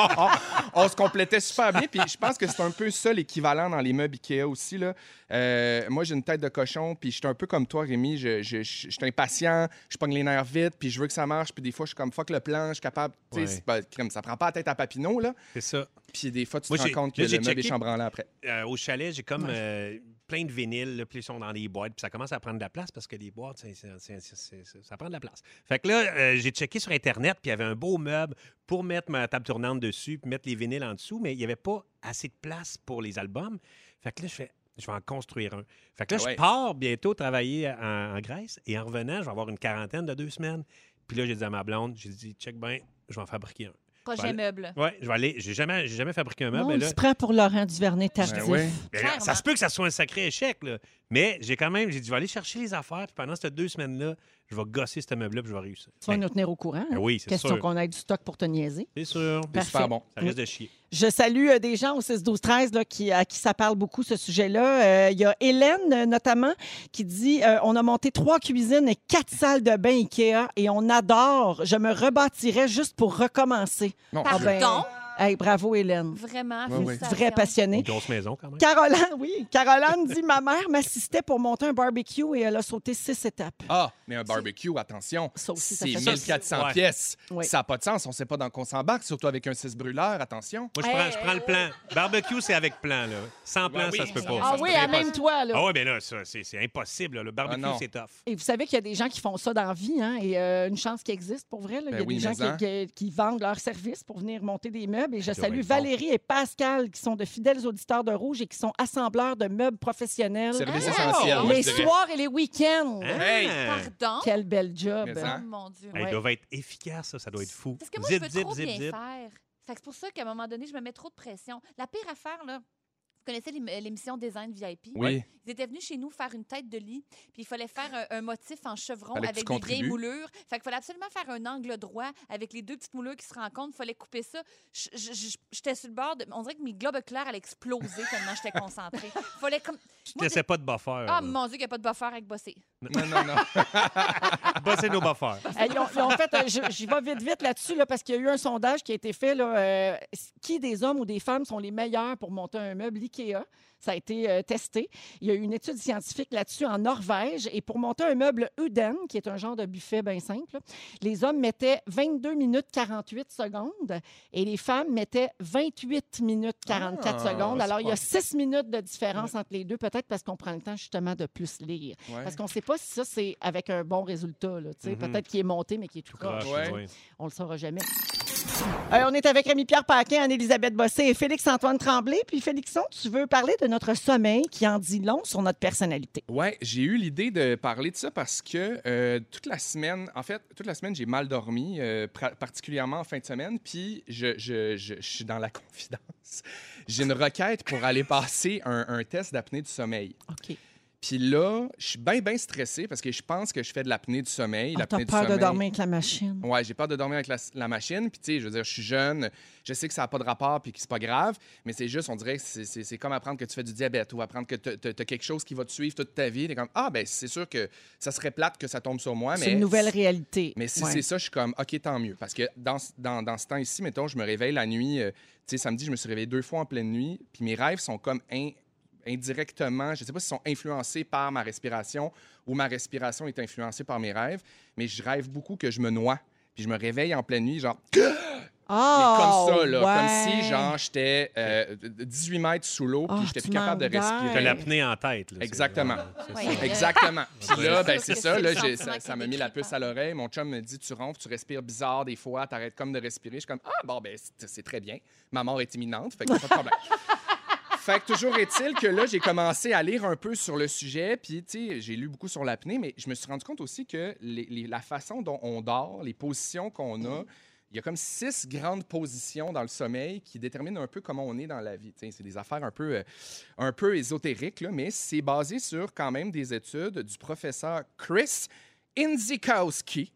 S2: on se complétait super bien. Puis je pense que c'est un peu ça l'équivalent dans les meubles Ikea aussi. Là. Euh, moi, j'ai une tête de cochon, puis je suis un peu comme toi, Rémi. Je, je, je- je suis impatient, je pogne les nerfs vite, puis je veux que ça marche. Puis des fois, je suis comme fuck le plan, je suis capable. Tu sais,
S3: Ouais.
S2: c'est pas- crème, ça prend pas la tête à Papineau, là.
S3: C'est ça.
S2: Puis des fois, tu
S3: Moi,
S2: te rends
S3: j'ai-
S2: compte que
S3: là,
S2: le
S3: j'ai
S2: meuble est
S3: checké.
S2: chambranlant après.
S3: Euh, au chalet, j'ai comme euh, plein de vinyles, là, puis ils sont dans les boîtes, puis ça commence à prendre de la place parce que les boîtes, c'est- c'est- c'est- c'est- c'est- ça prend de la place. Fait que là, euh, j'ai checké sur Internet, puis il y avait un beau meuble pour mettre ma table tournante dessus, puis mettre les vinyles en dessous, mais il n'y avait pas assez de place pour les albums. Fait que là, je fais, je vais en construire un. Fait que là,
S2: Ah ouais.
S3: je pars bientôt travailler en, en Grèce, et en revenant, je vais avoir une quarantaine de deux semaines. Puis là, j'ai dit à ma blonde, j'ai dit, check ben, je vais en fabriquer un.
S4: Projet
S3: Voilà.
S4: meuble.
S3: Ouais, je vais aller, j'ai jamais, j'ai jamais fabriqué un meuble.
S1: On
S3: mais là,
S1: se prend pour Laurent Duvernay tardif.
S2: Ben ouais.
S3: mais là,
S4: Clairement.
S3: ça se peut que ça soit un sacré échec, là. Mais j'ai quand même, j'ai dit, je vais aller chercher les affaires, puis pendant ces deux semaines-là, je vais gosser ce meuble-là, puis je vais réussir.
S1: Tu vas
S3: Ben,
S1: nous tenir au courant. hein?
S3: ben oui, c'est
S1: Question
S3: sûr.
S1: qu'on ait du stock pour te niaiser.
S3: C'est sûr.
S2: C'est
S1: Parfait.
S2: super bon.
S3: Ça risque de chier.
S1: Je salue euh, des gens au 6-12-13 là, qui, à qui ça parle beaucoup, ce sujet-là. Euh, Il y a Hélène, euh, notamment, qui dit euh, On a monté trois cuisines et quatre salles de bain Ikea et on adore. Je me rebâtirais juste pour recommencer.
S2: Non,
S4: Ah
S2: je-
S4: ben. Pardon?
S1: hey, bravo, Hélène.
S4: Vraiment,
S2: Ouais, ouais.
S4: félicitations.
S1: Vraie passionnée.
S3: Une grosse maison, quand même.
S1: Caroline, oui, Caroline dit Ma mère m'assistait pour monter un barbecue et elle a sauté six étapes.
S2: Ah, mais un barbecue, attention,
S1: Ça aussi, ça
S2: c'est
S1: fait mal.
S2: 1400
S3: Ouais.
S2: pièces.
S1: Oui.
S2: Ça n'a pas de sens. On sait pas dans quoi on s'embarque, surtout avec un 6 brûleur. Attention.
S3: Moi, je prends,
S4: Hey,
S3: je prends le plan. Barbecue, c'est avec plan, là. Sans plan,
S2: Ben oui.
S3: ça se peut pas.
S1: Ah
S3: ça,
S1: oui,
S3: c'est
S1: à
S3: impossible.
S1: même toi, là.
S3: Ah oui, mais là, ça, c'est c'est impossible. là. Le barbecue,
S2: Ah non.
S3: c'est tough.
S1: Et vous savez qu'il y a des gens qui font ça dans la vie, hein, et euh, une chance qui existe pour vrai. là. Il y a
S2: Ben oui,
S1: des gens
S2: mais Ah,
S1: qui,
S2: en.
S1: qui- qui vendent leurs services pour venir monter des meubles. Et je
S3: Ça doit
S1: salue
S3: être bon.
S1: Valérie et Pascal, qui sont de fidèles auditeurs de Rouge et qui sont assembleurs de meubles professionnels
S2: Service
S4: Ah!
S2: essentiel. moi,
S1: les
S2: je dirais.
S1: soirs et les week-ends.
S3: Hein?
S2: Hey!
S4: Oh, Pardon?
S1: Quel bel job.
S2: Mais
S4: Oh
S2: Hein?
S4: mon Dieu.
S3: Hey,
S1: Ouais.
S3: Ils doivent être efficaces, ça. Ça doit être fou.
S4: Parce que moi, je veux trop bien faire. Fait que c'est pour ça qu'à un moment donné, je me mets trop de pression. La pire affaire, là, vous connaissez l'ém- l'émission Design VIP?
S2: Oui.
S4: Ils étaient venus chez nous faire une tête de lit, puis il fallait faire un, un motif en chevron
S2: Fallait que
S4: avec
S2: tu
S4: des vieilles
S2: contribues.
S4: moulures. Fait qu'il fallait absolument faire un angle droit avec les deux petites moulures qui se rencontrent. Il fallait couper ça. Je- je- je- J'étais sur le bord. de- On dirait que mes globes oculaires allaient exploser tellement j'étais concentrée. Fallait comme...
S3: Je
S4: Moi,
S3: ne
S4: j'ai-
S3: pas de buffer.
S4: Ah, mon Dieu, qu'il n'y a pas de buffer avec bosser.
S2: Non, non, non.
S3: Bosser nos buffers.
S1: Euh, ils ont- ils ont fait, euh, je- j'y vais vite, vite là-dessus, là, parce qu'il y a eu un sondage qui a été fait. là, euh, qui des hommes ou des femmes sont les meilleurs pour monter un meuble IKEA? Ça a été euh, testé. Il y a eu une étude scientifique là-dessus en Norvège. Et pour monter un meuble Uden, qui est un genre de buffet bien simple, là, les hommes mettaient 22 minutes 48 secondes et les femmes mettaient 28 minutes 44
S2: Ah,
S1: secondes.
S2: c'est
S1: Alors, il y
S2: pas-
S1: a 6 minutes de différence entre les deux, peut-être parce qu'on prend le temps justement de plus lire.
S2: Ouais. Mm-hmm.
S1: Parce qu'on ne sait pas si ça, c'est avec un bon résultat. là, tu sais.
S3: Mhm.
S1: Peut-être qu'il est monté, mais qu'il est tout croche.
S3: Croche,
S2: Ouais.
S3: oui.
S1: On le saura jamais. Euh, on est avec Rémi-Pierre Paquin, Anne-Élisabeth Bossé et Félix-Antoine Tremblay. Puis, Félixon, tu veux parler de notre sommeil qui en dit long sur notre personnalité.
S2: Ouais, j'ai eu l'idée de parler de ça parce que euh, toute la semaine, en fait, toute la semaine, j'ai mal dormi, euh, pra- particulièrement en fin de semaine, puis je, je- je- je suis dans la confidence. J'ai une requête pour aller passer un, un test d'apnée du sommeil.
S1: OK.
S2: Puis là, je suis bien, bien stressé parce que je pense que je fais de l'apnée du sommeil.
S1: Ah, T'as
S2: l'apnée
S1: peur
S2: du
S1: de
S2: sommeil.
S1: dormir avec la machine.
S2: Ouais, j'ai peur de dormir avec la, la machine. Puis, tu sais, je veux dire, je suis jeune, je sais que ça n'a pas de rapport puis que c'est pas grave, mais c'est juste, on dirait que c'est- c'est c'est comme apprendre que tu fais du diabète ou apprendre que tu as quelque chose qui va te suivre toute ta vie. T'es comme, ah, ben, c'est sûr que ça serait plate que ça tombe sur moi, mais.
S1: C'est une nouvelle réalité.
S2: Mais si
S1: Ouais.
S2: c'est ça, je suis comme, OK, tant mieux. Parce que dans, ce- dans, dans ce temps ici, mettons, je me réveille la nuit. euh, tu sais, samedi, je me suis réveillé deux fois en pleine nuit. Puis mes rêves sont comme in- indirectement, je ne sais pas s'ils sont influencés par ma respiration ou ma respiration est influencée par mes rêves, mais je rêve beaucoup que je me noie. Puis je me réveille en pleine nuit, genre,
S1: Ah!
S2: comme ça, là.
S1: ouais.
S2: Comme si, genre, j'étais euh, 18 mètres sous l'eau,
S1: Ah,
S2: puis j'étais
S1: tu
S2: plus capable de
S1: m'engages.
S2: respirer.
S3: T'as l'apnée en tête. là, c'est-
S2: Exactement.
S3: c'est
S4: Ouais.
S3: ça.
S4: Euh,
S2: Exactement. Puis là,
S3: Ouais.
S2: ben,
S4: C'est
S2: c'est
S4: sûr
S2: ça,
S4: que
S2: là,
S4: c'est le
S2: j'ai-
S4: sentiment
S2: ça, ça
S4: que
S2: m'a
S4: t'es
S2: mis la
S4: décrit hein.
S2: puce à l'oreille. Mon chum me dit Tu ronfles, tu respires bizarre des fois, t'arrêtes comme de respirer. Je suis comme Ah, bon, ben, c'est c'est très bien. Ma mort est imminente, fait que pas de problème. Fait que toujours est-il que là, j'ai commencé à lire un peu sur le sujet, puis tu sais, j'ai lu beaucoup sur l'apnée, mais je me suis rendu compte aussi que les- les- la façon dont on dort, les positions qu'on a, il y a comme six grandes positions dans le sommeil qui déterminent un peu comment on est dans la vie. Tu sais, C'est des affaires un peu, euh, un peu ésotériques, là, mais c'est basé sur quand même des études du professeur Chris Inzikowski,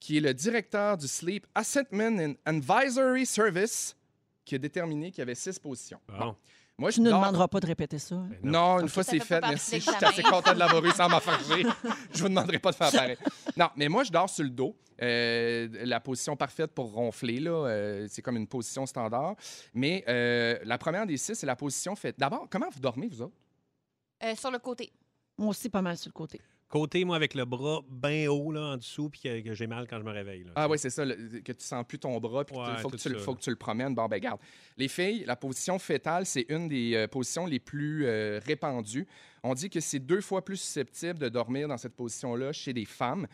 S2: qui est le directeur du Sleep Assessment and Advisory Service, qui a déterminé qu'il y avait six positions.
S3: Bon. Ben
S2: Moi,
S1: Tu ne
S2: dors-
S1: demanderas pas de répéter ça. hein?
S3: Non.
S2: non, une fois
S4: ça
S2: c'est
S4: fait pas
S2: fait,
S4: partie
S2: merci.
S4: des
S2: Je suis
S4: examens.
S2: assez content de l'avoir eu sans m'en faire chier. Je vous demanderai pas de faire pareil. Non, mais moi, je dors sur le dos. Euh, la position parfaite pour ronfler, là, euh, c'est comme une position standard. Mais euh, la première des six, c'est la position faite. D'abord, comment vous dormez, vous autres?
S4: Euh, sur le côté.
S1: Moi aussi, pas mal sur le côté.
S3: Côté, moi, avec le bras bien haut, là, en dessous, puis que, que j'ai mal quand je me réveille. là.
S2: Ah oui, c'est ça, le- que tu sens plus ton bras, puis que tu-
S3: Ouais,
S2: faut, que
S3: tout
S2: tu, le-
S3: ça,
S2: faut
S3: là.
S2: que tu le promènes. Bon, ben garde. Les filles, la position fétale, c'est une des euh, positions les plus euh, répandues. On dit que c'est deux fois plus susceptible de dormir dans cette position-là chez les femmes.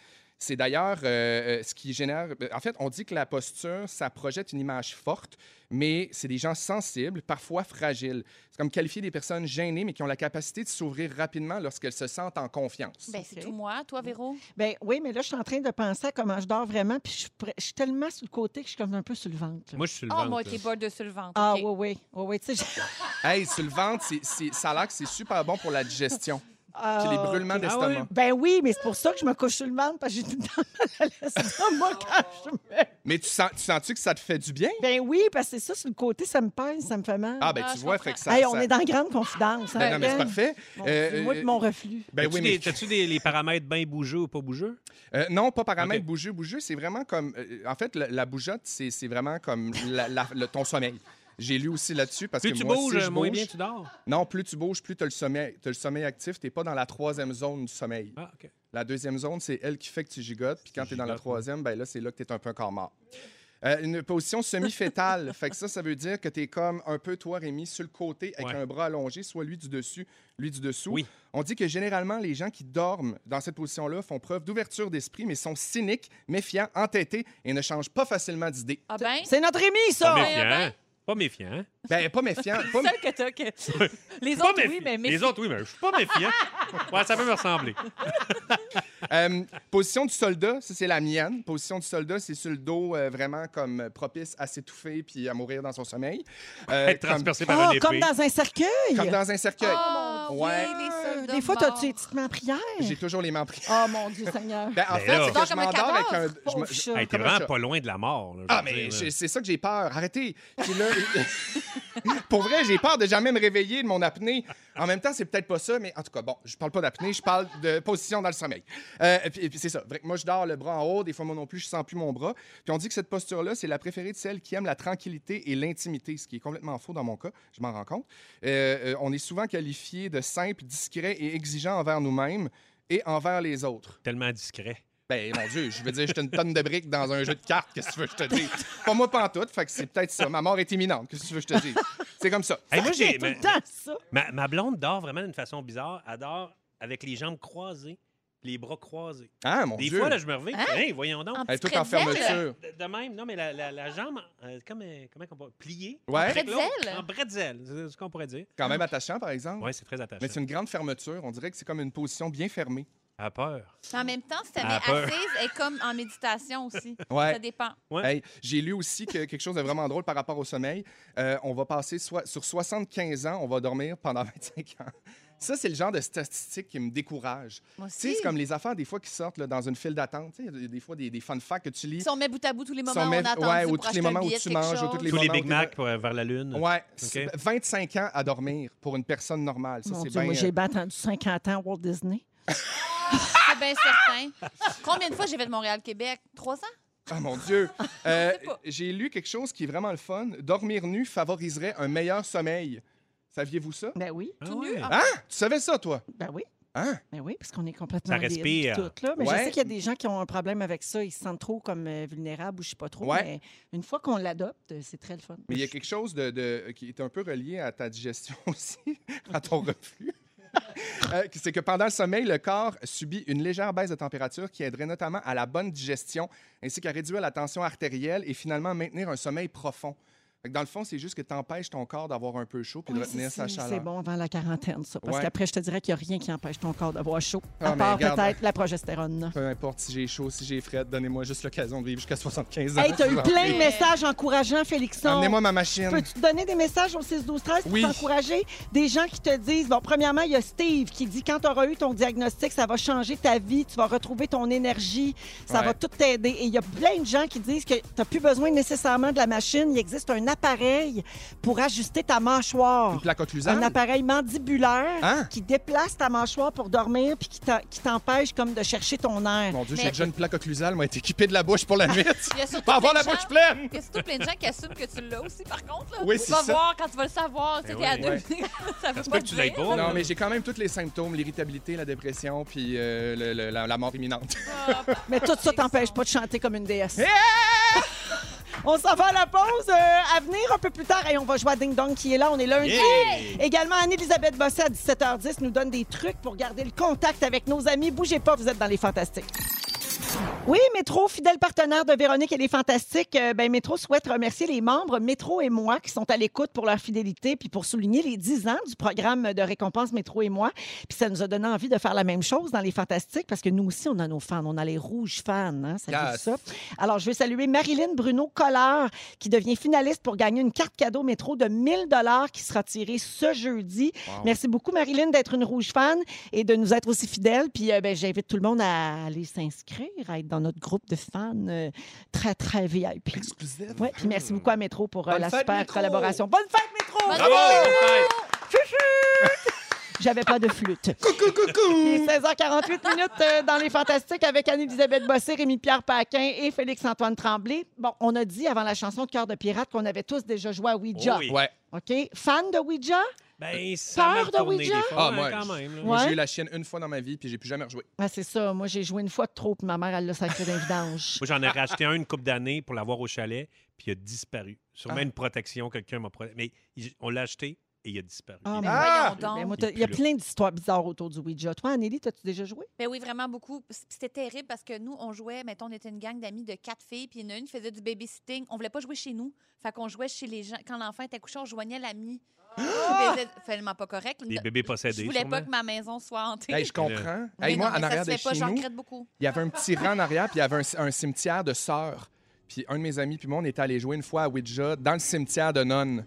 S2: C'est d'ailleurs euh, euh, ce qui génère. En fait, on dit que la posture, ça projette une image forte, mais c'est des gens sensibles, parfois fragiles. C'est comme qualifier des personnes gênées, mais qui ont la capacité de s'ouvrir rapidement lorsqu'elles se sentent en confiance.
S4: Ben, c'est
S1: Ok.
S4: tout moi. Toi, Véro?
S1: Ben oui, mais là, je suis en train de penser à comment je dors vraiment, puis je, suis pr- je suis tellement sur le côté que je suis comme un peu sur le ventre. là.
S3: Moi, je suis le
S4: Ah,
S3: ventre,
S4: moi,
S3: là.
S4: t'es bord de sur le ventre.
S1: ah
S4: OK.
S1: oui, oui, oui, oui, tu sais, je-
S2: Hey, sur le ventre, c'est- c'est- ça a l'air que c'est super bon pour la digestion. Puis les
S1: Ah,
S2: brûlements
S1: ok.
S2: d'estomac.
S3: Ah
S1: Ben oui, mais c'est pour ça que je me couche sur le ventre, parce que j'ai tout le temps mal à l'estomac quand je me...
S2: Mais tu sens, tu sens-tu que ça te fait du bien?
S1: Ben oui, parce que c'est ça, sur le côté, ça me pèse, ça me fait mal.
S2: Ah, ben
S4: Ah,
S2: tu
S4: je
S2: vois,
S4: comprends.
S2: fait que ça.
S1: Hey, on
S2: ça-
S1: est dans grande confidence.
S2: Ben
S1: hein,
S2: non, mais c'est
S1: Ken?
S2: parfait.
S1: Mon
S2: Euh,
S1: petit- moi de
S2: euh,
S1: mon reflux.
S2: Ben
S3: As-tu
S2: oui,
S3: des-
S2: mais-
S3: T'as-tu des, les paramètres bien bougeux ou pas bougeux?
S2: Euh, non, pas paramètre
S3: Ok.
S2: bougeux, bougeux. C'est vraiment comme. euh, en fait, la, la bougeotte, c'est, c'est vraiment comme la- la- le- ton sommeil. J'ai lu aussi là-dessus parce
S3: Plus
S2: que
S3: tu
S2: moi,
S3: bouges,
S2: si je
S3: moins
S2: bouge-
S3: bien tu dors.
S2: Non, plus tu bouges, plus tu as le sommeil, t'as le sommeil actif. Tu pas dans la troisième zone du sommeil.
S3: Ah, OK.
S2: La deuxième zone, c'est elle qui fait que tu gigotes. Puis quand
S3: Tu
S2: tu es dans la
S3: gigotes,
S2: troisième, ben là, c'est là que tu es un peu encore mort. Euh, une position semi-fétale. fait que ça, ça veut dire que tu es comme un peu, toi, Rémi, sur le côté avec
S3: Ouais.
S2: un bras allongé, soit lui du dessus, lui du dessous.
S3: Oui.
S2: On dit que généralement, les gens qui dorment dans cette position-là font preuve d'ouverture d'esprit, mais sont cyniques, méfiants, entêtés et ne changent pas facilement d'idée.
S4: Ah ben?
S1: C'est notre Rémi,
S3: Pas
S1: ça!
S4: mais- ouais,
S3: méfiant. hein.
S4: ouais.
S3: Pas méfiant.
S2: Ben, pas méfiant. pas
S5: Seul que t'as que- Les
S3: Pas
S5: autres, oui,
S3: méfiant.
S5: mais
S3: Les autres, oui, mais je suis pas méfiant. Ouais, ça peut me ressembler.
S2: Euh, position du soldat, ça c'est la mienne. Position du soldat, c'est sur le dos euh, vraiment comme euh, propice à s'étouffer puis à mourir dans son sommeil. Euh,
S3: Être
S2: comme,
S3: transpercé par
S1: Ah,
S3: une épée.
S1: comme dans un cercueil!
S2: comme dans un cercueil.
S4: Ah,
S2: Ouais.
S4: oui, les soldats
S1: Des fois,
S4: morts.
S1: t'as-tu des petites mains en prière?
S2: J'ai toujours les mains pris.
S1: Oh mon Dieu Seigneur!
S2: Ben, en
S3: Mais
S2: fait,
S3: là-
S2: c'est
S4: Dors
S2: que je
S4: comme un
S2: m'endors avec un.
S4: cadavre,
S2: je me-
S1: Pauvre chat.
S3: Hey, t'es
S2: Comme un
S3: vraiment
S2: chat.
S3: pas loin de la mort. là, je
S2: Ah,
S3: veux
S2: mais
S3: dire,
S2: j'ai-
S3: là.
S2: c'est ça que j'ai peur. Arrêtez. Puis là, pour vrai, j'ai peur de jamais me réveiller de mon apnée. En même temps, c'est peut-être pas ça, mais en tout cas, bon, je parle pas d'apnée, je parle de position dans le sommeil. Euh, et puis, et puis c'est ça. Vrai que moi, je dors le bras en haut. Des fois, moi non plus, je sens plus mon bras. Puis on dit que cette posture-là, c'est la préférée de celles qui aiment la tranquillité et l'intimité, ce qui est complètement faux dans mon cas. Je m'en rends compte. Euh, euh, on est souvent qualifié de simple, discret et exigeant envers nous-mêmes et envers les autres.
S3: Tellement discret.
S2: Ben, mon Dieu, je veux dire, j'étais une tonne de briques dans un jeu de cartes, qu'est-ce que tu veux que je te dise? Pas moi, pas en tout, fait que c'est peut-être ça. Ma mort est imminente, qu'est-ce que tu veux que je te dise? C'est comme ça.
S3: Hey, moi, j'ai.
S1: tout le
S3: ma-
S1: temps ça!
S3: Ma, ma blonde dort vraiment d'une façon bizarre. Elle dort avec les jambes croisées, les bras croisés.
S2: Ah, mon
S3: Des
S2: Dieu.
S3: fois, là, je me reviens.
S4: Hein?
S3: Hey, voyons donc.
S4: En
S2: Elle est
S4: petit
S2: toute en
S4: pretzel?
S2: fermeture.
S3: De, de même, non, mais la, la- la jambe, euh, comme, euh, comment on peut. Pliée.
S2: Ouais.
S3: Avec l'autre,
S4: Bretzel?
S3: En bretzel, c'est ce qu'on pourrait dire.
S2: Quand même attachant, par exemple.
S3: Oui, c'est très attachant.
S2: Mais c'est une grande fermeture. On dirait que c'est comme une position bien fermée.
S3: Elle a peur.
S4: En même temps, si tu
S3: Ah, peur.
S4: assise, elle est comme en méditation aussi.
S2: Ouais.
S4: Ça dépend.
S2: Hey, J'ai lu aussi que quelque chose de vraiment drôle par rapport au sommeil. Euh, on va passer soit, sur 75 ans, on va dormir pendant 25 ans. Ça, c'est le genre de statistique qui me décourage.
S4: Moi
S2: Tu sais,
S4: aussi.
S2: c'est comme les affaires, des fois, qui sortent là, dans une file d'attente. Tu sais, Il y a des fois des, des fun facts que tu lis.
S4: Si on met bout à bout tous les moments
S2: on
S4: où on
S2: met-
S4: a attendu
S2: ouais, ou tous
S4: pour
S2: les
S4: acheter un
S2: moments où
S4: billet de
S2: tu
S4: quelque
S2: manges, ou
S4: chose.
S2: toutes les-
S3: Tous les
S2: moments où
S3: Big
S2: t'es-
S3: Mac pour- euh, vers la Lune.
S2: Ouais, c'est-
S3: OK.
S2: 25 ans à dormir pour une personne normale. Ça,
S1: Mon
S2: c'est
S1: Dieu,
S2: bien.
S1: moi,
S2: euh,
S1: j'ai bien attendu 50 ans à Walt Disney.
S4: C'est bien certain. Combien de fois j'ai fait de Montréal-Québec? Trois ans?
S2: Ah, mon Dieu. Euh,
S4: Je sais pas.
S2: j'ai lu quelque chose qui est vraiment le fun. Dormir nu favoriserait un meilleur sommeil. Saviez-vous ça?
S1: Ben oui,
S3: Ah
S4: Tout nu?
S3: ouais.
S4: Ah,
S2: Hein? Tu savais ça, toi?
S1: ben oui.
S2: Hein?
S1: Mais oui, parce qu'on est complètement
S3: Ça
S1: libre,
S3: respire.
S1: puis tout, là. Mais je
S2: Ouais.
S1: sais qu'il y a des gens qui ont un problème avec ça. Ils se sentent trop comme euh, vulnérables ou je sais pas trop.
S2: Ouais.
S1: Mais une fois qu'on l'adopte, euh, c'est très le fun.
S2: Mais il y a quelque chose de, de- euh, qui est un peu relié à ta digestion aussi, à ton reflux. Euh, C'est que pendant le sommeil, le corps subit une légère baisse de température qui aiderait notamment à la bonne digestion, ainsi qu'à réduire la tension artérielle et finalement maintenir un sommeil profond. Fait que Dans le fond, c'est juste que tu empêches ton corps d'avoir un peu chaud puis de
S1: Ouais,
S2: retenir
S1: c'est-
S2: sa
S1: c'est-
S2: chaleur.
S1: C'est bon avant la quarantaine, ça. Parce
S2: Ouais.
S1: qu'après, je te dirais qu'il n'y a rien qui empêche ton corps d'avoir chaud.
S2: Ah,
S1: à
S2: mais
S1: part
S2: regarde.
S1: peut-être la progestérone.
S2: Peu importe si j'ai chaud, si j'ai fret, donnez-moi juste l'occasion de vivre jusqu'à 75 ans.
S1: Hey, t'as eu plein de
S4: Mais-
S1: messages encourageants, Félixon.
S2: Amenez-moi ma machine.
S1: Peux-tu te donner des messages au 6 12 13 pour
S2: Oui.
S1: t'encourager des gens qui te disent bon premièrement il y a Steve qui dit quand tu auras eu ton diagnostic ça va changer ta vie tu vas retrouver ton énergie ça
S2: Ouais.
S1: va tout t'aider et il y a plein de gens qui disent que t'as plus besoin nécessairement de la machine il existe un appareil pour ajuster ta
S2: Une
S1: mâchoire
S2: plaque
S1: un
S2: occlusale?
S1: appareil mandibulaire
S2: Hein?
S1: qui déplace ta mâchoire pour dormir puis qui t'en- qui t'empêche comme de chercher ton air
S2: Mon Dieu,
S4: Mais-
S2: j'ai déjà une plaque occlusale, moi, être équipée de la bouche pour la nuit.
S4: Il y a surtout
S2: Pas avoir
S4: plein
S2: la
S4: de gens-
S2: bouche pleine!
S4: Il y a surtout plein de gens qui assument que tu l'as aussi, par contre. Là.
S2: Oui,
S4: tu
S2: c'est
S4: vas
S2: ça. Eh
S4: voir quand tu vas le savoir. Tu
S3: Ben
S4: sais, t'es à
S3: oui.
S4: deux
S2: Ouais.
S4: minutes. Ça veut
S3: Ça se
S4: pas
S3: peut que tu l'aies
S4: dire.
S3: pas. là.
S2: Non, mais j'ai quand même tous les symptômes, l'irritabilité, la dépression, puis euh, le- le- la, la mort imminente.
S4: Ah,
S1: Mais tout ça t'empêche pas de chanter comme une déesse. On s'en va à la pause. euh, à venir un peu plus tard, et on va jouer à Ding Dong qui est là. On est lundi.
S3: Yeah!
S1: Également, Anne-Elisabeth Bossé à 17h10 nous donne des trucs pour garder le contact avec nos amis. Bougez pas, vous êtes dans les fantastiques. Oui, Métro, fidèle partenaire de Véronique et les Fantastiques. euh, ben, Métro souhaite remercier les membres Métro et moi qui sont à l'écoute pour leur fidélité puis pour souligner les 10 ans du programme de récompense Métro et moi. Puis ça nous a donné envie de faire la même chose dans les Fantastiques parce que nous aussi, on a nos fans. On a les rouges fans. Hein, ça
S2: Yes.
S1: dit ça. Alors, je veux saluer Marilyn Bruno Collard qui devient finaliste pour gagner une carte cadeau Métro de 1000 qui sera tirée ce jeudi. Merci beaucoup, Marilyn, d'être une rouge fan et de nous être aussi fidèles. Puis euh, ben, j'invite tout le monde à aller s'inscrire, à être dans notre groupe de fans euh, très, très VIP.
S2: Exclusive.
S1: Ouais, puis merci beaucoup à Métro pour euh,
S2: Bonne
S1: la
S2: fête,
S1: super
S2: Métro!
S1: collaboration. Bonne fête, Métro!
S3: Bravo!
S1: J'avais pas de flûte. Coucou, coucou! Il est 16h48 minutes euh, dans Les Fantastiques avec Anne-Elisabeth Bossé, Rémi-Pierre Paquin et Félix-Antoine Tremblay. Bon, on a dit avant la chanson de Cœur de pirate qu'on avait tous déjà joué à Ouija.
S3: Oh oui.
S2: Ouais.
S1: OK? Fan de Ouija?
S3: Ben, ça m'a
S1: Peur de
S3: retourné
S1: Ouija?
S3: des fois,
S2: Ah,
S3: hein,
S2: moi,
S3: quand même. là.
S1: Ouais.
S2: Moi, j'ai eu la chienne une fois dans ma vie, puis j'ai plus jamais rejoué.
S1: Ah, c'est ça. Moi, j'ai joué une fois de trop, puis ma mère, elle l'a sacré d'un vidange.
S3: Moi, j'en ai racheté un une coupe d'années pour l'avoir au chalet, puis il a disparu. Sûrement
S2: Ah.
S3: une protection, quelqu'un m'a protégé. Mais il- on l'a acheté et il a disparu.
S1: Ah,
S3: Il-
S1: mais
S2: Ah!
S4: voyons donc.
S1: Ben, moi,
S3: Il est
S1: t'as- il y a
S3: plus
S1: plein d'histoires bizarres autour du Ouija. Toi, Anneli, t'as-tu déjà joué?
S4: Ben oui, vraiment beaucoup. Puis C'était terrible parce que nous, on jouait, mettons, on était une gang d'amis de quatre filles, puis il y en a une qui faisait du babysitting. On voulait pas jouer chez nous. Fait qu'on jouait chez les gens. Quand l'enfant était couché, on joignait l'ami.
S2: Ah!
S4: C'était tellement pas correct.
S3: Les bébés
S4: Je
S3: possédés.
S4: voulais pas
S3: sûrement.
S4: que ma maison soit hantée.
S2: Hey, je comprends.
S4: Mais
S2: Hey, moi,
S4: non, mais
S2: en
S4: ça
S2: arrière
S4: se
S2: de
S4: fait pas,
S2: chez
S4: J'en
S2: nous,
S4: regrette beaucoup.
S2: il y avait un petit rang en arrière, puis il y avait un, un cimetière de sœurs. Puis un de mes amis, puis moi, on était allés jouer une fois à Ouija dans le cimetière de nonnes.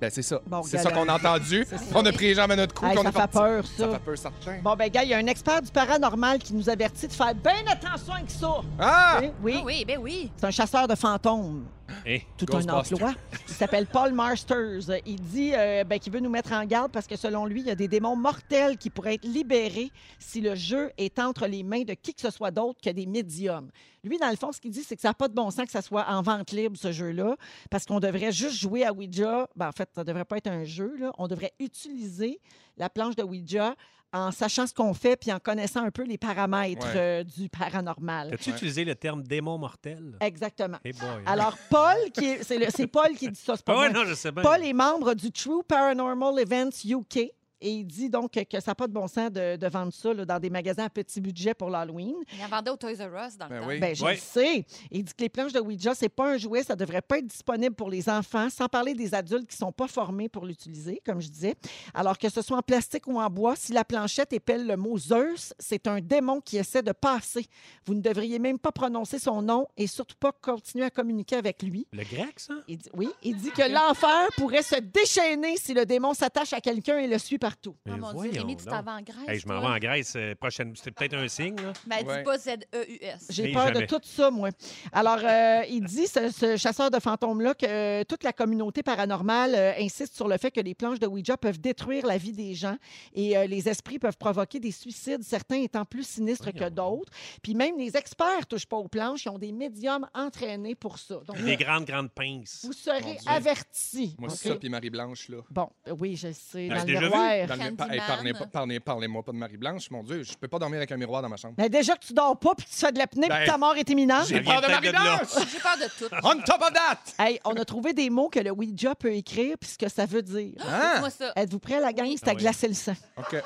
S2: Ben, c'est ça.
S1: Bon,
S2: c'est ça
S1: regarde.
S2: qu'on a entendu. on a pris les jambes à notre cou,
S1: Hey,
S2: puis on
S1: ça
S2: est
S1: fait
S2: parti.
S1: peur, ça.
S2: Ça fait peur, certain.
S1: Bon, ben, gars, il y a un expert du paranormal qui nous avertit de faire bien attention avec ça.
S2: Ah!
S1: Oui,
S4: Ah
S1: oui.
S4: oui, ben oui.
S1: C'est un chasseur de fantômes.
S3: Hein?
S1: tout un
S2: Ghostbuster.
S1: emploi. Il s'appelle Paul Masters. Il dit euh, ben, qu'il veut nous mettre en garde parce que selon lui, il y a des démons mortels qui pourraient être libérés si le jeu est entre les mains de qui que ce soit d'autre que des médiums. Lui, dans le fond, ce qu'il dit, c'est que ça n'a pas de bon sens que ça soit en vente libre, ce jeu-là, parce qu'on devrait juste jouer à Ouija. Ben, en fait, ça ne devrait pas être un jeu. là. On devrait utiliser la planche de Ouija en sachant ce qu'on fait puis en connaissant un peu les paramètres
S2: Ouais.
S1: euh, du paranormal.
S3: T'as-tu
S2: Ouais.
S3: utilisé le terme démon mortel?
S1: Exactement.
S3: Hey boy.
S1: Alors, Paul, qui est- c'est, le- c'est Paul qui dit ça, c'est pas
S3: Ah
S1: moi.
S3: ouais, non, je sais bien.
S1: Paul est membre du True Paranormal Events UK. Et il dit donc que ça n'a pas de bon sens de, de vendre ça là, dans des magasins à petit budget pour l'Halloween.
S4: Il en vendait au Toys R Us dans le
S2: Ben
S4: temps.
S2: oui.
S1: Ben, je
S3: Ouais.
S1: le sais. Il dit que les planches de Ouija, c'est pas un jouet, ça devrait pas être disponible pour les enfants, sans parler des adultes qui sont pas formés pour l'utiliser, comme je disais. Alors que ce soit en plastique ou en bois, si la planchette épelle le mot Zeus, c'est un démon qui essaie de passer. Vous ne devriez même pas prononcer son nom et surtout pas continuer à communiquer avec lui.
S3: Le grec, ça?
S4: Oh,
S1: Il dit, oui, il dit que l'enfer pourrait se déchaîner si le démon s'attache à quelqu'un et le suit partout.
S4: Ah,
S3: Mais
S4: mon Dieu,
S3: voyons
S4: Rémi, tu
S3: donc.
S4: t'en vas en Grèce.
S3: Hey, je m'en vais en Grèce euh, prochaine. C'est peut-être un signe, là.
S4: Ben, dis
S2: Ouais.
S4: pas Z-E-U-S.
S1: J'ai
S3: Et
S1: peur de
S3: jamais.
S1: tout ça, moi. Alors, euh, il dit, ce, ce chasseur de fantômes-là, que euh, toute la communauté paranormale euh, insiste sur le fait que les planches de Ouija peuvent détruire la vie des gens et euh, les esprits peuvent provoquer des suicides, certains étant plus sinistres que
S3: Voyons
S1: d'autres. Puis même les experts touchent pas aux planches, ils ont des médiums entraînés pour ça. Donc,
S3: Des grandes, grandes pinces.
S1: vous
S2: Mon
S1: serez
S2: Dieu.
S1: avertis.
S2: Moi,
S1: OK?
S2: c'est ça, puis Marie-Blanche, là.
S1: Bon, euh, oui, je sais.
S3: Ah,
S1: Dans le
S3: je l'ai déjà
S1: miroir, faire.
S2: Parlez- par- hey,
S4: Candyman.
S2: parlez pas- parlez- Parlez-moi pas de Marie-Blanche, mon Dieu. Je peux pas dormir avec un miroir dans ma chambre.
S1: Mais déjà que tu dors pas puis que tu fais de l'apnée puis
S2: Ben,
S1: que ta mort est imminente.
S2: J'ai peur
S3: vient
S2: de
S3: peut-être de là.
S2: Marie-Blanche!
S4: J'ai peur de tout.
S2: On top of that!
S1: Hey, on a trouvé des mots que le Ouija peut écrire puis ce que ça veut dire.
S2: Hein?
S4: Moi, ça.
S1: Êtes-vous prêts, la gang? C'est
S3: Ah
S1: à
S3: oui.
S1: glacer le sang.
S2: OK.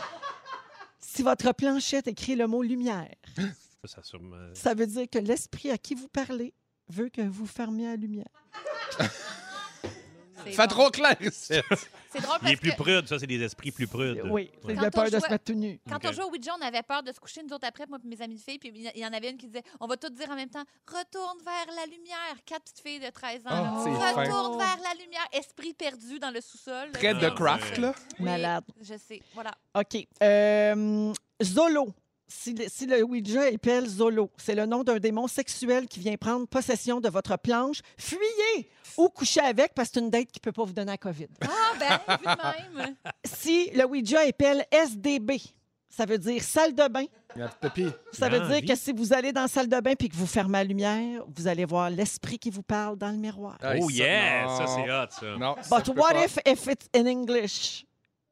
S1: Si votre planchette écrit le mot lumière,
S3: Ça, ça sûrement-
S1: ça veut dire que l'esprit à qui vous parlez veut que vous fermiez la lumière.
S4: c'est
S2: Fait
S4: bon.
S2: trop clair ici.
S4: C'est drôle
S3: Il
S4: parce
S3: est plus
S4: que
S3: prude, ça, c'est des esprits plus prudes.
S1: Oui,
S3: Ouais.
S1: il a
S4: Quand on
S1: peur de
S4: joue-
S1: se mettre tout nu.
S4: quand on
S3: Ok.
S4: jouait au Ouija, on avait peur de se coucher, nous autres, après, moi et mes amis de filles. Puis il y- il y en avait une qui disait on va tout dire en même temps, retourne vers la lumière. Quatre petites filles de 13 ans.
S3: Oh,
S4: là.
S2: Ah, c'est fin.
S4: retourne vers la lumière. Esprit perdu dans le sous-sol. là.
S2: Près de
S3: Ah,
S2: craft,
S3: ouais.
S2: là.
S4: Oui,
S1: Malade.
S4: Je sais. Voilà.
S1: OK. Euh, Zolo. Si le, si le Ouija épelle Zolo, c'est le nom d'un démon sexuel qui vient prendre possession de votre planche. Fuyez ou couchez avec parce que c'est une date qui ne peut pas vous donner la COVID.
S4: Ah, ben, vu de même.
S1: Si le Ouija épelle SDB, ça veut dire salle de bain.
S2: Il y a Pépi.
S1: Ça
S3: Dans
S1: veut
S3: la
S1: dire que
S3: vie.
S1: si vous allez dans la salle de bain puis que vous fermez la lumière, vous allez voir l'esprit qui vous parle dans le miroir.
S3: Oh, yeah!
S2: non.
S3: Ça, c'est hot, ça.
S2: Non, ça, je
S1: But
S2: peux
S1: what
S2: pas.
S1: if, if it's in English?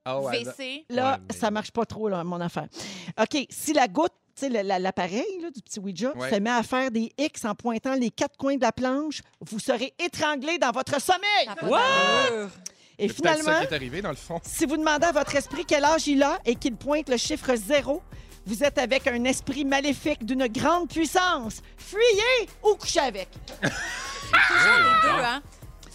S2: Ah ouais, là-
S4: VC.
S1: Là,
S3: Oh, Ouais, mais-
S1: ça marche pas trop, là, mon affaire. OK, si la goutte, tu sais, le- la- l'appareil là, du petit Ouija,
S2: Ouais.
S1: se met à faire des X en pointant les quatre coins de la planche, vous serez étranglé dans votre sommeil.
S4: Ça a pas
S3: What?
S2: c'est
S1: Et
S2: Ah. peut-être
S1: finalement,
S2: ça qui est arrivé, dans le fond.
S1: si vous demandez à votre esprit quel âge il a et qu'il pointe le chiffre zéro, vous êtes avec un esprit maléfique d'une grande puissance. Fuyez ou couchez avec.
S4: Toujours les
S3: Ah.
S4: deux, hein?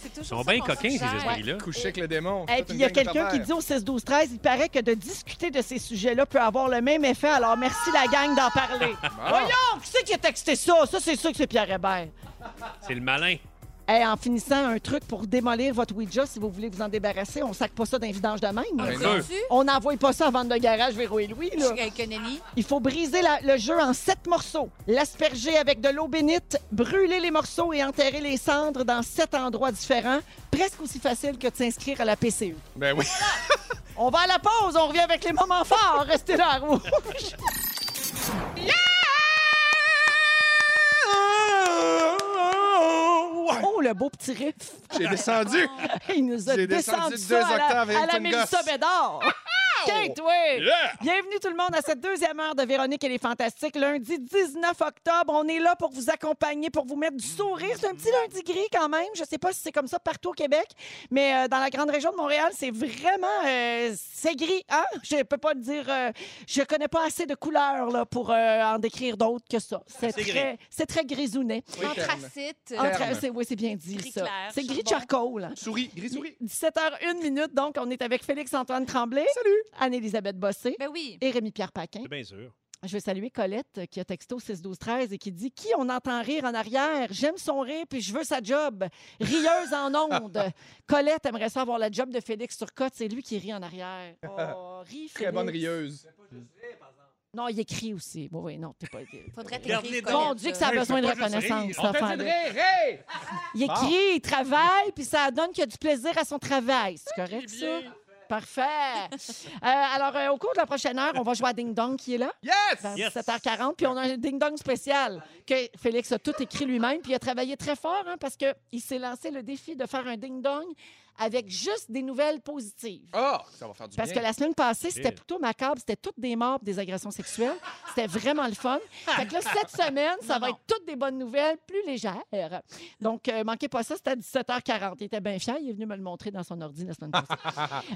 S4: C'est toujours
S3: Ils sont
S4: ça
S3: bien
S4: qu'on
S3: coquins, ces
S4: suggère.
S3: esprits-là.
S2: Coucher avec le démon.
S1: Et
S2: c'est
S1: puis
S2: toute
S1: il y a
S2: une gang
S1: quelqu'un qui
S2: d'affaires.
S1: dit au 16-12-13, il paraît que de discuter de ces sujets-là peut avoir le même effet, alors merci la gang d'en parler.
S2: Ah.
S1: Voyons, qui c'est qui a texté ça? Ça, c'est sûr que c'est Pierre Hébert.
S3: C'est le malin.
S1: Hey, en finissant, un truc pour démolir votre Ouija si vous voulez vous en débarrasser. On sac pas ça d'un vidange de
S4: On
S1: même.
S2: Ouais.
S4: le
S2: Deux.
S4: dit-tu?
S1: On n'envoie pas ça en vente de garage, Véro et Louis. là.
S4: Avec un ennemi.
S1: Il faut briser la- le jeu en sept morceaux, l'asperger avec de l'eau bénite, brûler les morceaux et enterrer les cendres dans sept endroits différents. Presque aussi facile que de s'inscrire à la PCU.
S2: Ben oui.
S1: On va à la pause, on revient avec les moments forts. Restez là, à Rouge. Oh, le beau petit riff.
S2: J'ai descendu.
S1: Il nous a
S2: J'ai
S1: descendu,
S2: descendu
S1: ça
S2: deux
S1: à
S2: octaves
S1: la,
S2: et
S1: à la
S2: une
S1: Mélissa
S2: gosse.
S1: Bédard. Kate, oui.
S2: Yeah!
S1: Bienvenue tout le monde à cette deuxième heure de Véronique et les Fantastiques. Lundi 19 octobre, on est là pour vous accompagner, pour vous mettre du sourire. C'est un petit lundi gris quand même. Je sais pas si c'est comme ça partout au Québec, mais euh, dans la grande région de Montréal, c'est vraiment... euh, c'est gris, hein? Je peux pas le dire... euh, je connais pas assez de couleurs là, pour euh, en décrire d'autres que ça. C'est
S3: C'est
S1: très, c'est très grisounet.
S2: Oui, calme.
S4: Anthracite. euh,
S2: Terme.
S1: Entre- c'est- oui, c'est bien dit,
S4: Gris
S1: ça.
S4: clair,
S1: C'est gris
S4: charbon.
S1: charcoal. hein.
S2: Souris, gris souris.
S1: 17h01 minute, donc on est avec Félix-Antoine Tremblay. Salut. Anne-Elisabeth Bossé.
S4: Ben oui.
S1: Et Rémi-Pierre Paquin.
S3: C'est bien sûr.
S1: Je veux saluer Colette euh, qui a texto 6-12-13 et qui dit Qui on entend rire en arrière J'aime son rire puis je veux sa job. Rieuse en onde. Colette aimerait ça avoir la job de Félix Turcotte. C'est lui qui rit en arrière. Oh, rit,
S2: Très
S1: Félix.
S2: bonne rieuse.
S1: Non, il écrit aussi. Oui, oui, non, t'es pas.
S4: Faudrait
S3: Regarde les
S4: t'écrire.
S3: dents.
S1: Mon
S4: Colette,
S1: Dieu, que ça a
S3: Ouais,
S1: besoin de
S3: je peux pas juste
S1: reconnaissance,
S3: rire.
S1: cet enfant-là. Il écrit, il travaille, puis ça donne qu'il y a du plaisir à son travail. C'est correct, ça? Parfait. Euh, alors, euh, au cours de la prochaine heure, on va jouer à Ding Dong qui est là,
S2: Yes!
S1: vers
S3: Yes.
S1: 17h40. Puis on a un Ding Dong spécial que Félix a tout écrit lui-même. Puis il a travaillé très fort hein, parce qu'il s'est lancé le défi de faire un Ding Dong avec juste des nouvelles positives.
S2: Ah! ça va faire du
S1: Parce que
S2: bien.
S1: la semaine passée, c'était
S3: Ok.
S1: plutôt macabre. C'était toutes des morts, des agressions sexuelles. C'était vraiment le fun. Fait que là, cette semaine, ça
S4: Non,
S1: va
S4: non.
S1: être toutes des bonnes nouvelles, plus légères. Donc, euh, manquez pas ça, c'était à 17h40. Il était bien fier. Il est venu me le montrer dans son ordi la semaine passée.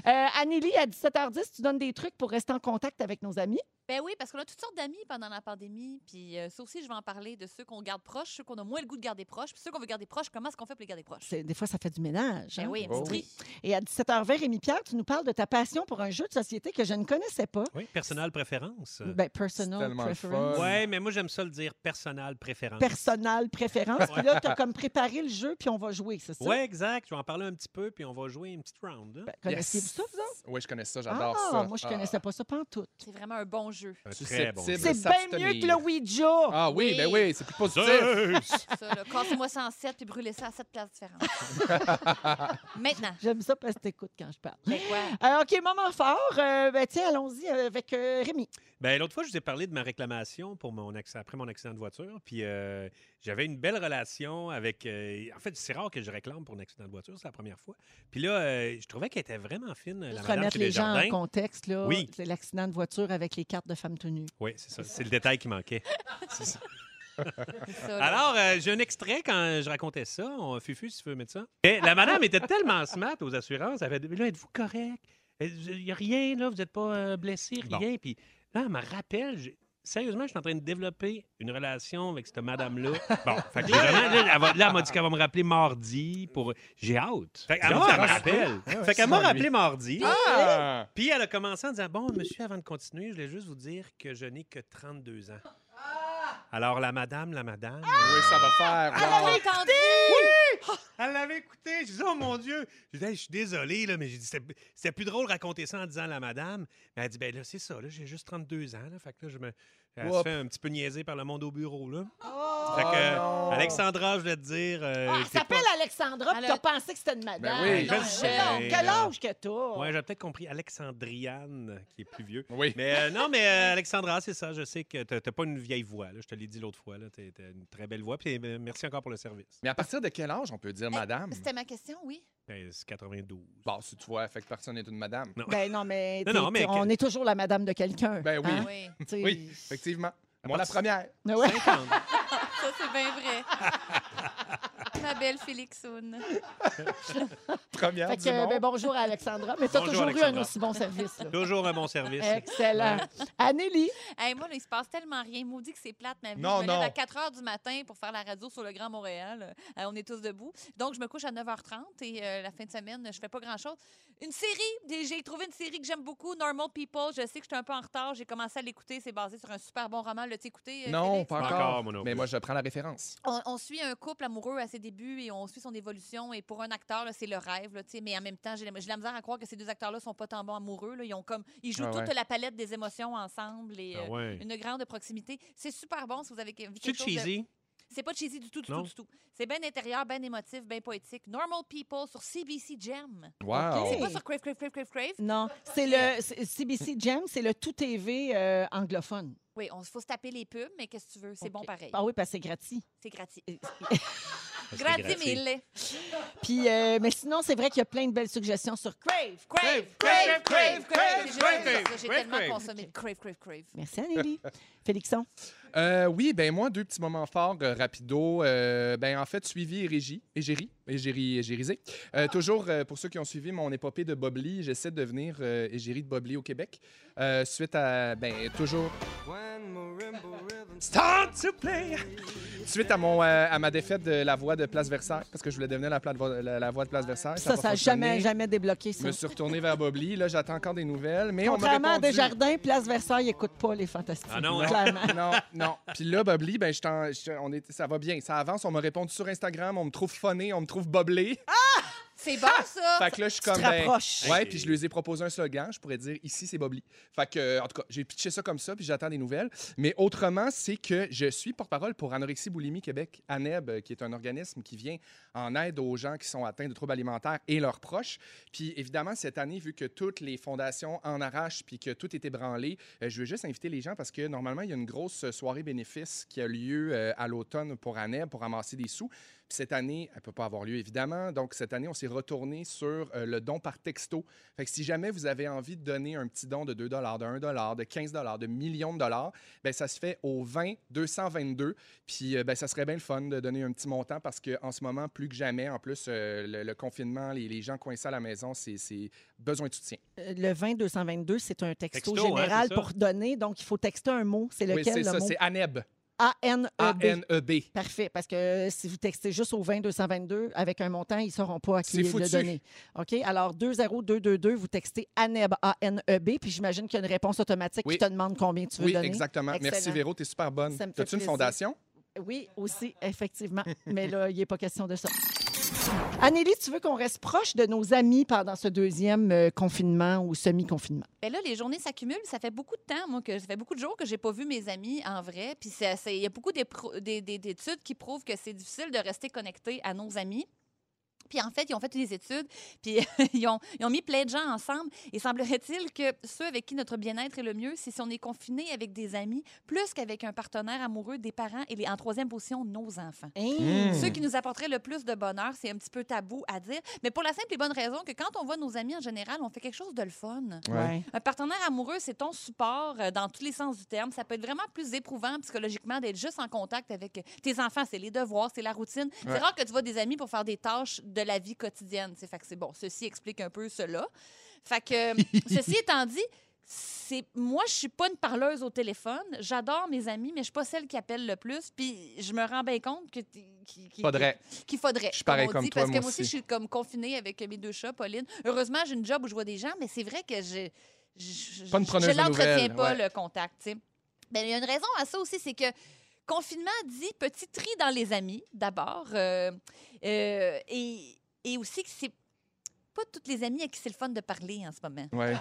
S1: euh, Anneli, à 17h10, tu donnes des trucs pour rester en contact avec nos amis.
S4: Ben oui, parce qu'on a toutes sortes d'amis pendant la pandémie. Puis euh, ça aussi, je vais en parler de ceux qu'on garde proches, ceux qu'on a moins le goût de garder proches, puis ceux qu'on veut garder proches. Comment est-ce qu'on fait pour les garder proches?
S1: C'est- Des fois, ça fait du ménage.
S4: Ben
S1: hein?
S4: oui, un
S2: Oh.
S4: petit tri.
S1: Et à 17h20, Rémi-Pierre, tu nous parles de ta passion pour un jeu de société que je ne connaissais pas.
S3: Oui, personnel préférence.
S1: Ben, personal
S2: Euh, tellement le
S1: preference.
S2: fun.
S3: Oui, mais moi, j'aime ça le dire personnel préférence.
S1: Personnel préférence. Puis là, tu as comme préparé le jeu, puis on va jouer, c'est ça?
S3: Oui, exact. Je vais en parler un petit peu, puis on va jouer une petite round. hein.
S1: Ben, Connaissiez-vous ça, vous autres?
S2: Oui, je connais ça, j'adore
S1: ah,
S2: ça.
S1: Moi, je
S2: Ah.
S1: connaissais pas ça, pas en tout.
S4: C'est vraiment un bon jeu.
S3: Un très
S2: Susceptible
S3: bon
S2: de
S3: jeu.
S1: C'est bien
S2: s'abstenir.
S1: mieux que le Ouija.
S2: Ah oui,
S4: Oui.
S2: ben oui, c'est plus positif.
S3: Zeus!
S4: Ça, là. Cassez-moi ça en sept puis brûlez ça à sept places différentes. Maintenant.
S1: J'aime ça parce que t'écoutes quand je parle.
S4: Ben quoi?
S1: Alors, OK, moment fort. Euh, ben, tiens, allons-y avec euh, Rémi.
S3: Ben, L'autre fois, je vous ai parlé de ma réclamation pour mon acc- après mon accident de voiture. Puis euh, j'avais une belle relation avec. euh, en fait, c'est rare que je réclame pour un accident de voiture, c'est la première fois. Puis là, euh, je trouvais qu'elle était vraiment fine, la
S1: Juste
S3: madame
S1: remettre
S3: chez
S1: les gens en
S3: Desjardins.
S1: contexte. là.
S3: Oui.
S1: C'est l'accident de voiture avec les cartes de femmes tenues.
S3: Oui, c'est ça. C'est le détail qui manquait. C'est ça.
S4: C'est ça, là.
S3: Alors, euh, j'ai un extrait quand je racontais ça. On, Fufu, si tu veux mettre ça. Et la madame était tellement smart aux assurances. Elle avait dit, Mais là, êtes-vous correct? Il n'y a rien, là. Vous n'êtes pas euh, blessé, Bon. rien. Puis là, elle me rappelle... j'ai- Sérieusement, je suis en train de développer une relation avec cette madame-là. Bon, fait que j'ai vraiment- là, elle va- là, elle m'a dit qu'elle va me rappeler mardi pour. J'ai hâte. Fait qu'elle m'a- elle me rappelle. Fait qu'elle m'a rappelé mardi.
S2: Ah!
S3: Puis elle a commencé en disant Bon, monsieur, avant de continuer, je voulais juste vous dire que je n'ai que 32 ans. Alors, la madame, la madame.
S2: Oui, ça va
S1: Ah,
S2: faire. wow.
S4: Entendu?
S3: Elle l'avait écouté. Je disais, oh mon Dieu. Je disais, Hey, je suis désolé, là, mais j'ai dit, c'était c'était plus drôle de raconter ça en disant à la madame. Mais elle dit, ben là, c'est ça, là, j'ai juste 32 ans. Là, fait que là, je me. Elle se
S2: Oups.
S3: fait un petit peu niaiser par le monde au bureau, là.
S1: Oh!
S3: Fait que, euh,
S2: non.
S3: Alexandra, je voulais te dire. euh,
S1: Ah, elle
S3: t'es
S1: s'appelle
S3: pas-
S1: Alexandra, puis
S4: Elle a-
S1: t'as pensé que c'était une madame.
S2: Ben oui.
S3: Je
S4: Non,
S3: le sais,
S4: non,
S1: Ah, Quel
S3: là.
S1: âge que t'as?
S3: Ah. Ouais, j'ai peut-être compris Alexandriane, qui est plus vieux.
S2: Oui.
S3: Mais euh, non, mais euh, Alexandra, c'est ça. Je sais que t'as t'as pas une vieille voix. Là, je te l'ai dit l'autre fois. là, T'as t'as une très belle voix. Puis euh, merci encore pour le service.
S2: Mais à partir de quel âge on peut dire madame?
S4: C'était ma question, oui.
S3: Ben, c'est 92.
S2: Bon, si tu vois, fait que personne n'est une madame.
S1: Ben non, mais,
S3: Non,
S1: t'es-
S3: non, mais
S1: t'es- on
S3: que-
S1: est toujours la madame de quelqu'un.
S2: Ben oui.
S1: hein,
S4: Ah Oui.
S1: t'sais.
S2: Oui, effectivement. Moi, la
S3: partir-
S2: première.
S1: Ah ouais.
S3: 50.
S4: Ça, c'est bien vrai. ma belle Félixoune.
S2: Première
S1: Fait
S2: du
S1: que,
S2: monde.
S1: ben, bonjour à Alexandra, mais t'as
S3: Bonjour,
S1: toujours eu un
S3: Alexandra.
S1: aussi bon service. là.
S3: Toujours un bon service.
S1: Excellent. Anélie,
S4: Hey, moi, là, il se passe tellement rien. Maudit que c'est plate, ma vie.
S2: Non,
S4: je me lève
S2: non.
S4: à 4 h du matin pour faire la radio sur le Grand Montréal. Euh, on est tous debout. Donc, je me couche à 9 h 30 et euh, la fin de semaine, je fais pas grand-chose. Une série. des- J'ai trouvé une série que j'aime beaucoup, Normal People. Je sais que j'étais un peu en retard. J'ai commencé à l'écouter. C'est basé sur un super bon roman. L'as-tu écouté?
S1: ben,
S4: euh,
S2: Non,
S4: Félix?
S2: pas
S3: Pas
S2: encore.
S3: encore, moi non
S2: mais
S3: plus.
S2: moi, je prends la référence.
S4: on, on suit un couple amoureux à ses débuts et on suit son évolution. Et pour un acteur, là, c'est le rêve. là, tu sais. mais en même temps, j'ai la j'ai la misère à croire que ces deux acteurs-là sont pas tant bons amoureux. là. Ils, ont comme, ils jouent
S2: Ah ouais.
S4: toute la palette des émotions ensemble
S2: Ben
S4: et
S3: Ah
S4: euh,
S3: ouais.
S4: une grande proximité. C'est super bon si vous avez vu quelque
S3: Tu
S4: chose de-
S3: cheesy?
S4: C'est pas cheesy du tout, du
S3: Non.
S4: tout, du tout. C'est bien intérieur, bien émotif, bien poétique. Normal People sur CBC Gem.
S2: Wow.
S4: C'est
S1: Ok.
S4: pas sur Crave, Crave, Crave, Crave, Crave.
S1: non, c'est le c'est- CBC Gem, c'est le tout TV euh, anglophone.
S4: Oui, on faut se taper les pubs, mais qu'est-ce que tu veux? C'est
S1: Ok.
S4: bon pareil.
S1: Ah oui, parce que c'est gratis.
S4: C'est gratuit.
S3: Parce que
S4: Ah, Gratuit, mais
S3: gratuit.
S4: il l'est.
S1: Puis, euh, mais sinon, c'est vrai qu'il y a plein de belles suggestions sur Crave.
S4: Crave, Crave, Crave, Crave, Crave. J'ai tellement consommé de Crave, Crave, Crave.
S1: Merci, Anélie. Félixon.
S2: Euh, oui, ben moi, deux petits moments forts, euh, rapido. Euh, ben en fait, suivi et régie, et géri, et géri, et gérisé. Euh, toujours, euh, pour ceux qui ont suivi mon épopée de Bobli, j'essaie de devenir euh, égérie de Bobli au Québec. Euh, suite à, ben toujours... Start to play! Suite à, mon, euh, à ma défaite de la voix de Place Versailles, parce que je voulais devenir la, pla- la- la voix de Place Versailles.
S1: Ça,
S2: a pas
S1: ça n'a
S2: fonctionné.
S1: jamais, jamais débloqué,
S2: Je
S1: ça.
S2: me suis retourné vers Bobli. Là, j'attends encore des nouvelles. Mais on m'a
S1: Contrairement à
S2: répondu...
S1: Desjardins, Place Versailles n'écoute pas les fantastiques.
S3: Ah non, non.
S1: clairement.
S2: non, non. Puis là, Bobli, ben, je t'en- je- on est, ça va bien. Ça avance. On me répond sur Instagram. On me trouve funné. On me trouve boblé.
S4: C'est bon, ça!
S2: fait que là, je suis
S1: Ah, Tu te
S2: comme. ben,
S1: rapproches.
S2: ouais,
S3: Hey.
S2: puis je lui ai proposé un slogan. Je pourrais dire ici, c'est Bobli. Fait que, euh, en tout cas, j'ai pitché ça comme ça. Puis j'attends des nouvelles. Mais autrement, c'est que je suis porte-parole pour Anorexie Boulimie Québec, ANEB, euh, qui est un organisme qui vient en aide aux gens qui sont atteints de troubles alimentaires et leurs proches. Puis évidemment, cette année, vu que toutes les fondations en arrachent puis que tout est ébranlé, euh, je veux juste inviter les gens parce que normalement, il y a une grosse euh, soirée bénéfice qui a lieu euh, à l'automne pour ANEB pour ramasser des sous. Puis cette année, elle ne peut pas avoir lieu, évidemment. Donc, cette année, on s'est retourné sur euh, le don par texto. Fait que si jamais vous avez envie de donner un petit don de 2 de 1 de 15 de millions de dollars, ben ça se fait au 20 222. Puis euh, ben, ça serait bien le fun de donner un petit montant parce qu'en ce moment, plus que jamais, en plus, euh, le, le confinement, les, les gens coincés à la maison, c'est c'est besoin de soutien.
S1: Euh, Le 20-222, c'est un texto,
S3: Texto, hein,
S1: général
S3: c'est ça.
S1: pour donner. Donc, il faut texter un mot. C'est
S2: Oui,
S1: lequel,
S2: c'est
S1: le
S2: ça,
S1: mot? E
S2: c'est E ANEB.
S1: A-N-E-B.
S2: A-N-E-B.
S1: Parfait, parce que euh, si vous textez juste au 20-222 avec un montant, ils ne sauront pas à qui
S2: C'est
S1: le
S2: foutu.
S1: donner. OK? Alors, 20222, vous textez E ANEB, A-N-E-B, puis j'imagine qu'il y a une réponse automatique
S2: Oui.
S1: qui te demande combien tu veux
S2: Oui,
S1: donner.
S2: exactement. Merci,
S1: Excellent.
S2: Véro, t'es super bonne.
S1: Ça me fait
S2: T'as-tu une
S1: plaisir.
S2: fondation?
S1: Oui, aussi, effectivement. Mais là, il n'est pas question de ça. Anélie, tu veux qu'on reste proche de nos amis pendant ce deuxième euh, confinement ou semi-confinement?
S4: Ben là, les journées s'accumulent. Ça fait beaucoup de temps, moi, que ça fait beaucoup de jours que j'ai pas vu mes amis en vrai. Puis ça- c'est- il y a beaucoup d'épro- des- des- d'études qui prouvent que c'est difficile de rester connecté à nos amis. Puis en fait, ils ont fait des études, puis ils, ont, ils ont mis plein de gens ensemble. Et semblerait-il que ceux avec qui notre bien-être est le mieux, c'est si on est confiné avec des amis, plus qu'avec un partenaire amoureux, des parents et les- en troisième position, nos enfants.
S1: Hmm.
S2: Mm.
S4: Hein? Ceux qui nous apporteraient le plus de bonheur, c'est un petit peu tabou à dire, mais pour la simple et bonne raison que quand on voit nos amis en général, on fait quelque chose de le fun.
S2: Ouais.
S4: Un partenaire amoureux, c'est ton support euh, dans tous les sens du terme. Ça peut être vraiment plus éprouvant psychologiquement d'être juste en contact avec euh, tes enfants. C'est les devoirs, c'est la routine.
S2: Ouais.
S4: C'est rare que tu vois des amis pour faire des tâches de la vie quotidienne. C'est fait que c'est bon. Ceci explique un peu cela. Fait que euh, ceci étant dit. C'est moi je suis pas une parleuse au téléphone, j'adore mes amis mais je suis pas celle qui appelle le plus puis je me rends bien compte que t- qui- qui-
S2: Faudrait.
S4: qu'il faudrait.
S2: Je suis pareil
S4: on
S2: comme
S4: dit,
S2: toi,
S4: parce
S2: moi
S4: que moi aussi,
S2: aussi.
S4: je suis comme confinée avec mes deux chats, Pauline. Heureusement, j'ai une job où je vois des gens, mais c'est vrai que je je,
S2: Pas une
S4: je-
S2: preneuse
S4: je
S2: de
S4: l'entretiens
S2: nouvelles,
S4: pas
S2: ouais.
S4: le contact. tu sais. Ben, il y a une raison à ça aussi, c'est que confinement dit petit tri dans les amis d'abord, euh, euh, et, et aussi que c'est pas toutes les amies à qui c'est le fun de parler en ce moment.
S2: Ouais.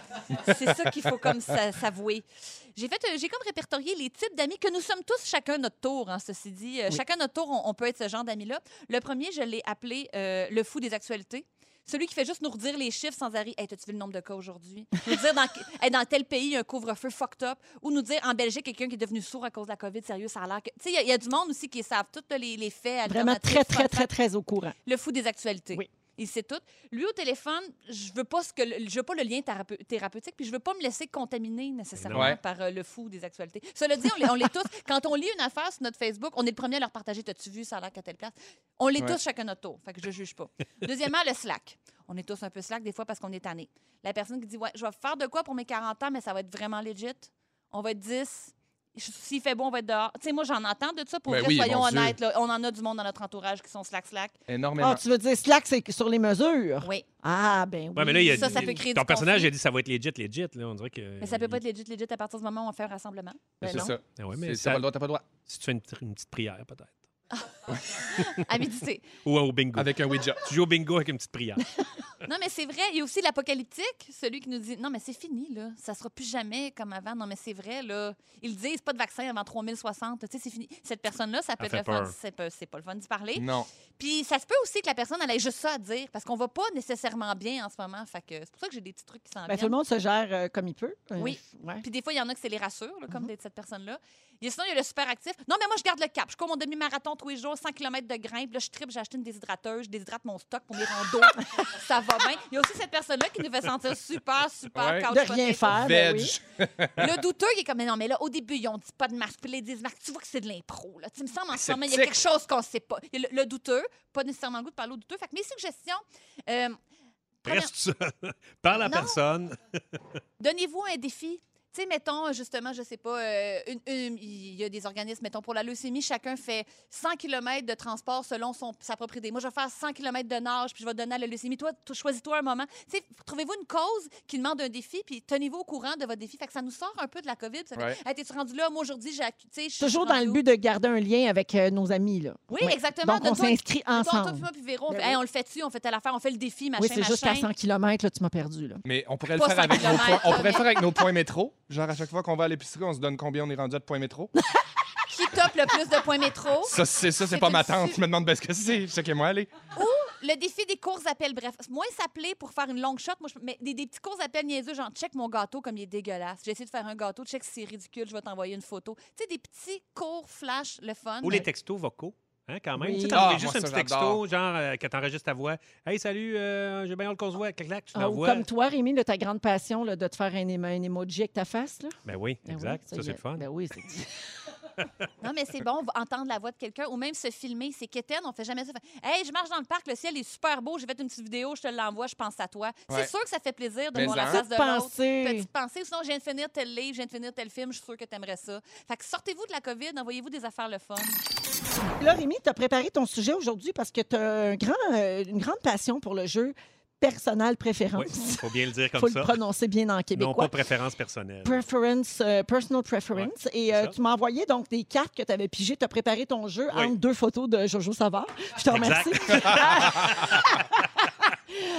S1: Ah,
S4: C'est ça qu'il faut comme sa- s'avouer. J'ai fait, euh, j'ai comme répertorié les types d'amis que nous sommes tous chacun notre tour. hein, ceci dit, Euh, chacun notre tour, on, on peut être ce genre d'amis-là. Le premier, je l'ai appelé euh, le fou des actualités. Celui qui fait juste nous redire les chiffres sans arrêt. Hey, t'as-tu vu le nombre de cas aujourd'hui? Nous dire dans, Hey, dans tel pays, il y a un couvre-feu fucked up. Ou nous dire en Belgique, quelqu'un qui est devenu sourd à cause de la COVID, sérieux, ça a l'air que. Tu sais, il y a- il y, a du monde aussi qui savent tous là, les, les faits.
S1: Vraiment
S4: alternatifs,
S1: très, très,
S4: fucked
S1: très,
S4: up.
S1: très au courant.
S4: Le fou des actualités.
S1: Oui.
S4: Il sait tout. Lui au téléphone, je veux pas ce que le- je veux pas le lien thérape- thérapeutique, puis je veux pas me laisser contaminer nécessairement
S2: Ouais.
S4: par euh, le fou des actualités. Cela dit, on l'est- on l'est tous. Quand on lit une affaire sur notre Facebook, on est le premier à leur partager. T'as-tu vu ça a l'air qu'à telle place On l'est
S2: Ouais.
S4: tous chacun notre tour. Fait que je juge pas. Deuxièmement, le slack. On est tous un peu slack des fois parce qu'on est tanné. La personne qui dit ouais, je vais faire de quoi pour mes 40 ans, mais ça va être vraiment legit. On va être 10. S'il fait bon, on va être dehors. Tu sais, moi, j'en entends de ça. Pour
S2: Ben
S4: vrai,
S2: oui,
S4: soyons
S2: mon Dieu.
S4: honnêtes, là, on en a du monde dans notre entourage qui sont slack-slack.
S2: Énormément.
S1: Ah, tu veux dire Slack, c'est sur les mesures?
S4: Oui.
S1: Ah, ben oui.
S3: Ouais, mais là, il y a
S4: Ça, ça
S3: il-
S4: peut créer
S3: Ton
S4: du
S3: personnage
S4: conflit.
S3: a dit ça va être legit, legit. Là, on dirait que.
S4: Mais ça peut pas être legit, legit à partir du moment où on fait un rassemblement. Ben
S2: c'est
S4: non.
S2: ça.
S3: Ah ouais, Euh, mais
S2: C'est-
S3: ça-
S2: T'as pas le droit, t'as pas le droit.
S3: Si tu fais une, petite- une petite prière, peut-être.
S4: À midi, c'est-
S3: Ou au bingo.
S2: Avec un widget.
S3: Tu joues au bingo avec une petite prière.
S4: Non, mais c'est vrai. Il y a aussi l'apocalyptique, celui qui nous dit Non, mais c'est fini, là. Ça sera plus jamais comme avant. Non, mais c'est vrai, là. Ils disent pas de vaccin avant 3060. Tu sais, c'est fini. Cette personne-là, ça peut
S3: fait
S4: être le fun.
S3: peur.
S4: C'est pas, c'est pas le fun d'y parler.
S2: Non.
S4: Puis ça se peut aussi que la personne, elle ait juste ça à dire, parce qu'on va pas nécessairement bien en ce moment. Fait que c'est pour ça que j'ai des petits trucs qui s'en
S1: Ben,
S4: viennent.
S1: tout le monde se gère euh, comme il peut. Euh,
S4: Oui.
S1: ouais.
S4: Puis des fois, il y en a que c'est les rassures, là, comme
S1: Mhm.
S4: d'être cette personne-là. Et sinon, il y a le super actif. Non, mais moi, je garde le cap. Je cours mon demi-marathon tous les jours, 100 km de grimpe. Là, je tripe, j'ai acheté une déshydrateuse, je déshydrate mon stock pour mes randos. ça va bien. Il y a aussi cette personne-là qui nous fait sentir super, super
S2: Ouais.
S4: couch
S1: De rien
S4: potato.
S1: faire. ben
S2: Veg.
S1: oui.
S4: Le douteux, il est comme, mais non, mais là, au début, ils ont dit pas de masque. Puis là, ils disent, Marc, tu vois que c'est de l'impro. là. Tu me sembles en ce moment, il y a
S2: Sceptique.
S4: quelque chose qu'on sait pas. Il y a Le, le douteux, pas nécessairement le goût de parler au douteux. Fait que mes suggestions, euh, Première-
S3: Reste seul. Parle à
S4: Non.
S3: personne.
S4: Donnez-vous un défi. Tu sais, mettons, justement, je sais pas, euh, une- une- il y a des organismes, mettons, pour la leucémie, chacun fait 100 km de transport selon son, sa propre idée. Moi, je vais faire 100 km de nage, puis je vais donner à la leucémie. Toi, t- choisis-toi un moment. Tu sais, trouvez-vous une cause qui demande un défi, puis tenez-vous au courant de votre défi. Fait que ça nous sort un peu de la COVID. puis Ça fait,
S2: Ouais.
S4: Hey, t'es-tu rendu là? Moi, aujourd'hui, j'ai... accu- tu sais, je suis
S1: Toujours
S4: rendu
S1: dans le
S4: où?
S1: but de garder un lien avec euh, nos amis. Là.
S4: Oui,
S1: Ouais.
S4: exactement.
S1: Donc, on
S4: Donne-toi-
S1: s'inscrit
S4: donne-toi, toi,
S1: ensemble.
S4: puis moi, puis Véro, on
S1: Ben
S4: fait, Hey,
S1: oui.
S4: on le fait-tu, on fait telle affaire, on fait le défi, machin,
S1: Oui, c'est juste à
S4: machin.
S1: 100 km, là, tu m'as perdu. Là.
S2: Mais on pourrait le
S4: Pas
S2: faire
S4: cinq
S2: avec nos points.
S4: kilomètres,
S2: On
S4: là,
S2: pourrait le
S4: mais-
S2: faire avec nos points métro. Genre à chaque fois qu'on va à l'épicerie, on se donne combien on est rendu à de points métro.
S4: Qui top le plus de points métro?
S2: Ça, c'est ça,
S4: C'est
S2: c'est pas ma
S4: une
S2: tante.
S4: su-
S2: Je me demande ben, ce que c'est. Je sais qu'elle moi aller.
S4: Le défi des courses appels, bref. Moins s'appeler pour faire une longue shot, moi, je- mais des, des petits courses appels niaiseux, genre check mon gâteau comme il est dégueulasse. J'ai essayé de faire un gâteau, check si c'est ridicule, je vais t'envoyer une photo. Tu sais, des petits cours flash, le fun.
S3: Ou les textos vocaux. Hein, quand même.
S1: Oui.
S3: Tu sais, t'envoies
S2: Ah,
S3: juste
S2: moi,
S3: un
S2: ça,
S3: petit texto,
S2: j'adore.
S3: genre, euh, que t'enregistres ta voix. Hey, salut, euh, j'ai bien hâte qu'on se voit. Clac, clac, tu
S1: Ah, ou
S3: l'envoies.
S1: comme toi, Rémi, là, ta grande passion là, de te faire un, émo- un emoji avec ta face. Là.
S3: Ben oui,
S1: Ben oui,
S3: exact. ça,
S1: y
S3: c'est
S1: est.
S3: le fun.
S1: Ben oui, c'est-
S4: Non, mais c'est bon, entendre la voix de quelqu'un ou même se filmer. C'est quétaine, on fait jamais ça. Fait, Hey, je marche dans le parc, le ciel est super beau, j'ai fait une petite vidéo, je te l'envoie, je pense à toi.
S2: Ouais.
S4: C'est sûr que ça fait plaisir de
S2: Mais
S4: voir la
S2: en-
S4: face de l'autre.
S1: Pensée.
S4: Petite pensée, ou sinon je viens de finir tel livre, je viens de finir tel film, je suis sûre que t'aimerais ça. Fait que sortez-vous de la COVID, envoyez-vous des affaires le fun.
S1: Là, Rémi, tu as préparé ton sujet aujourd'hui parce que tu as un grand, euh, une grande passion pour le jeu personnelle préférence.
S3: Oui, faut bien le dire
S1: Il
S3: comme
S1: faut
S3: ça.
S1: le prononcer bien en
S3: non
S1: québécois.
S3: pas préférence personnelle.
S1: Preference, euh, personal preference. Et
S3: c'est
S1: euh,
S3: ça.
S1: tu m'as envoyé donc des cartes que tu avais pigées. Tu as préparé ton jeu
S3: Oui.
S1: entre deux photos de Jojo Savard. Je te
S3: Exact.
S1: remercie.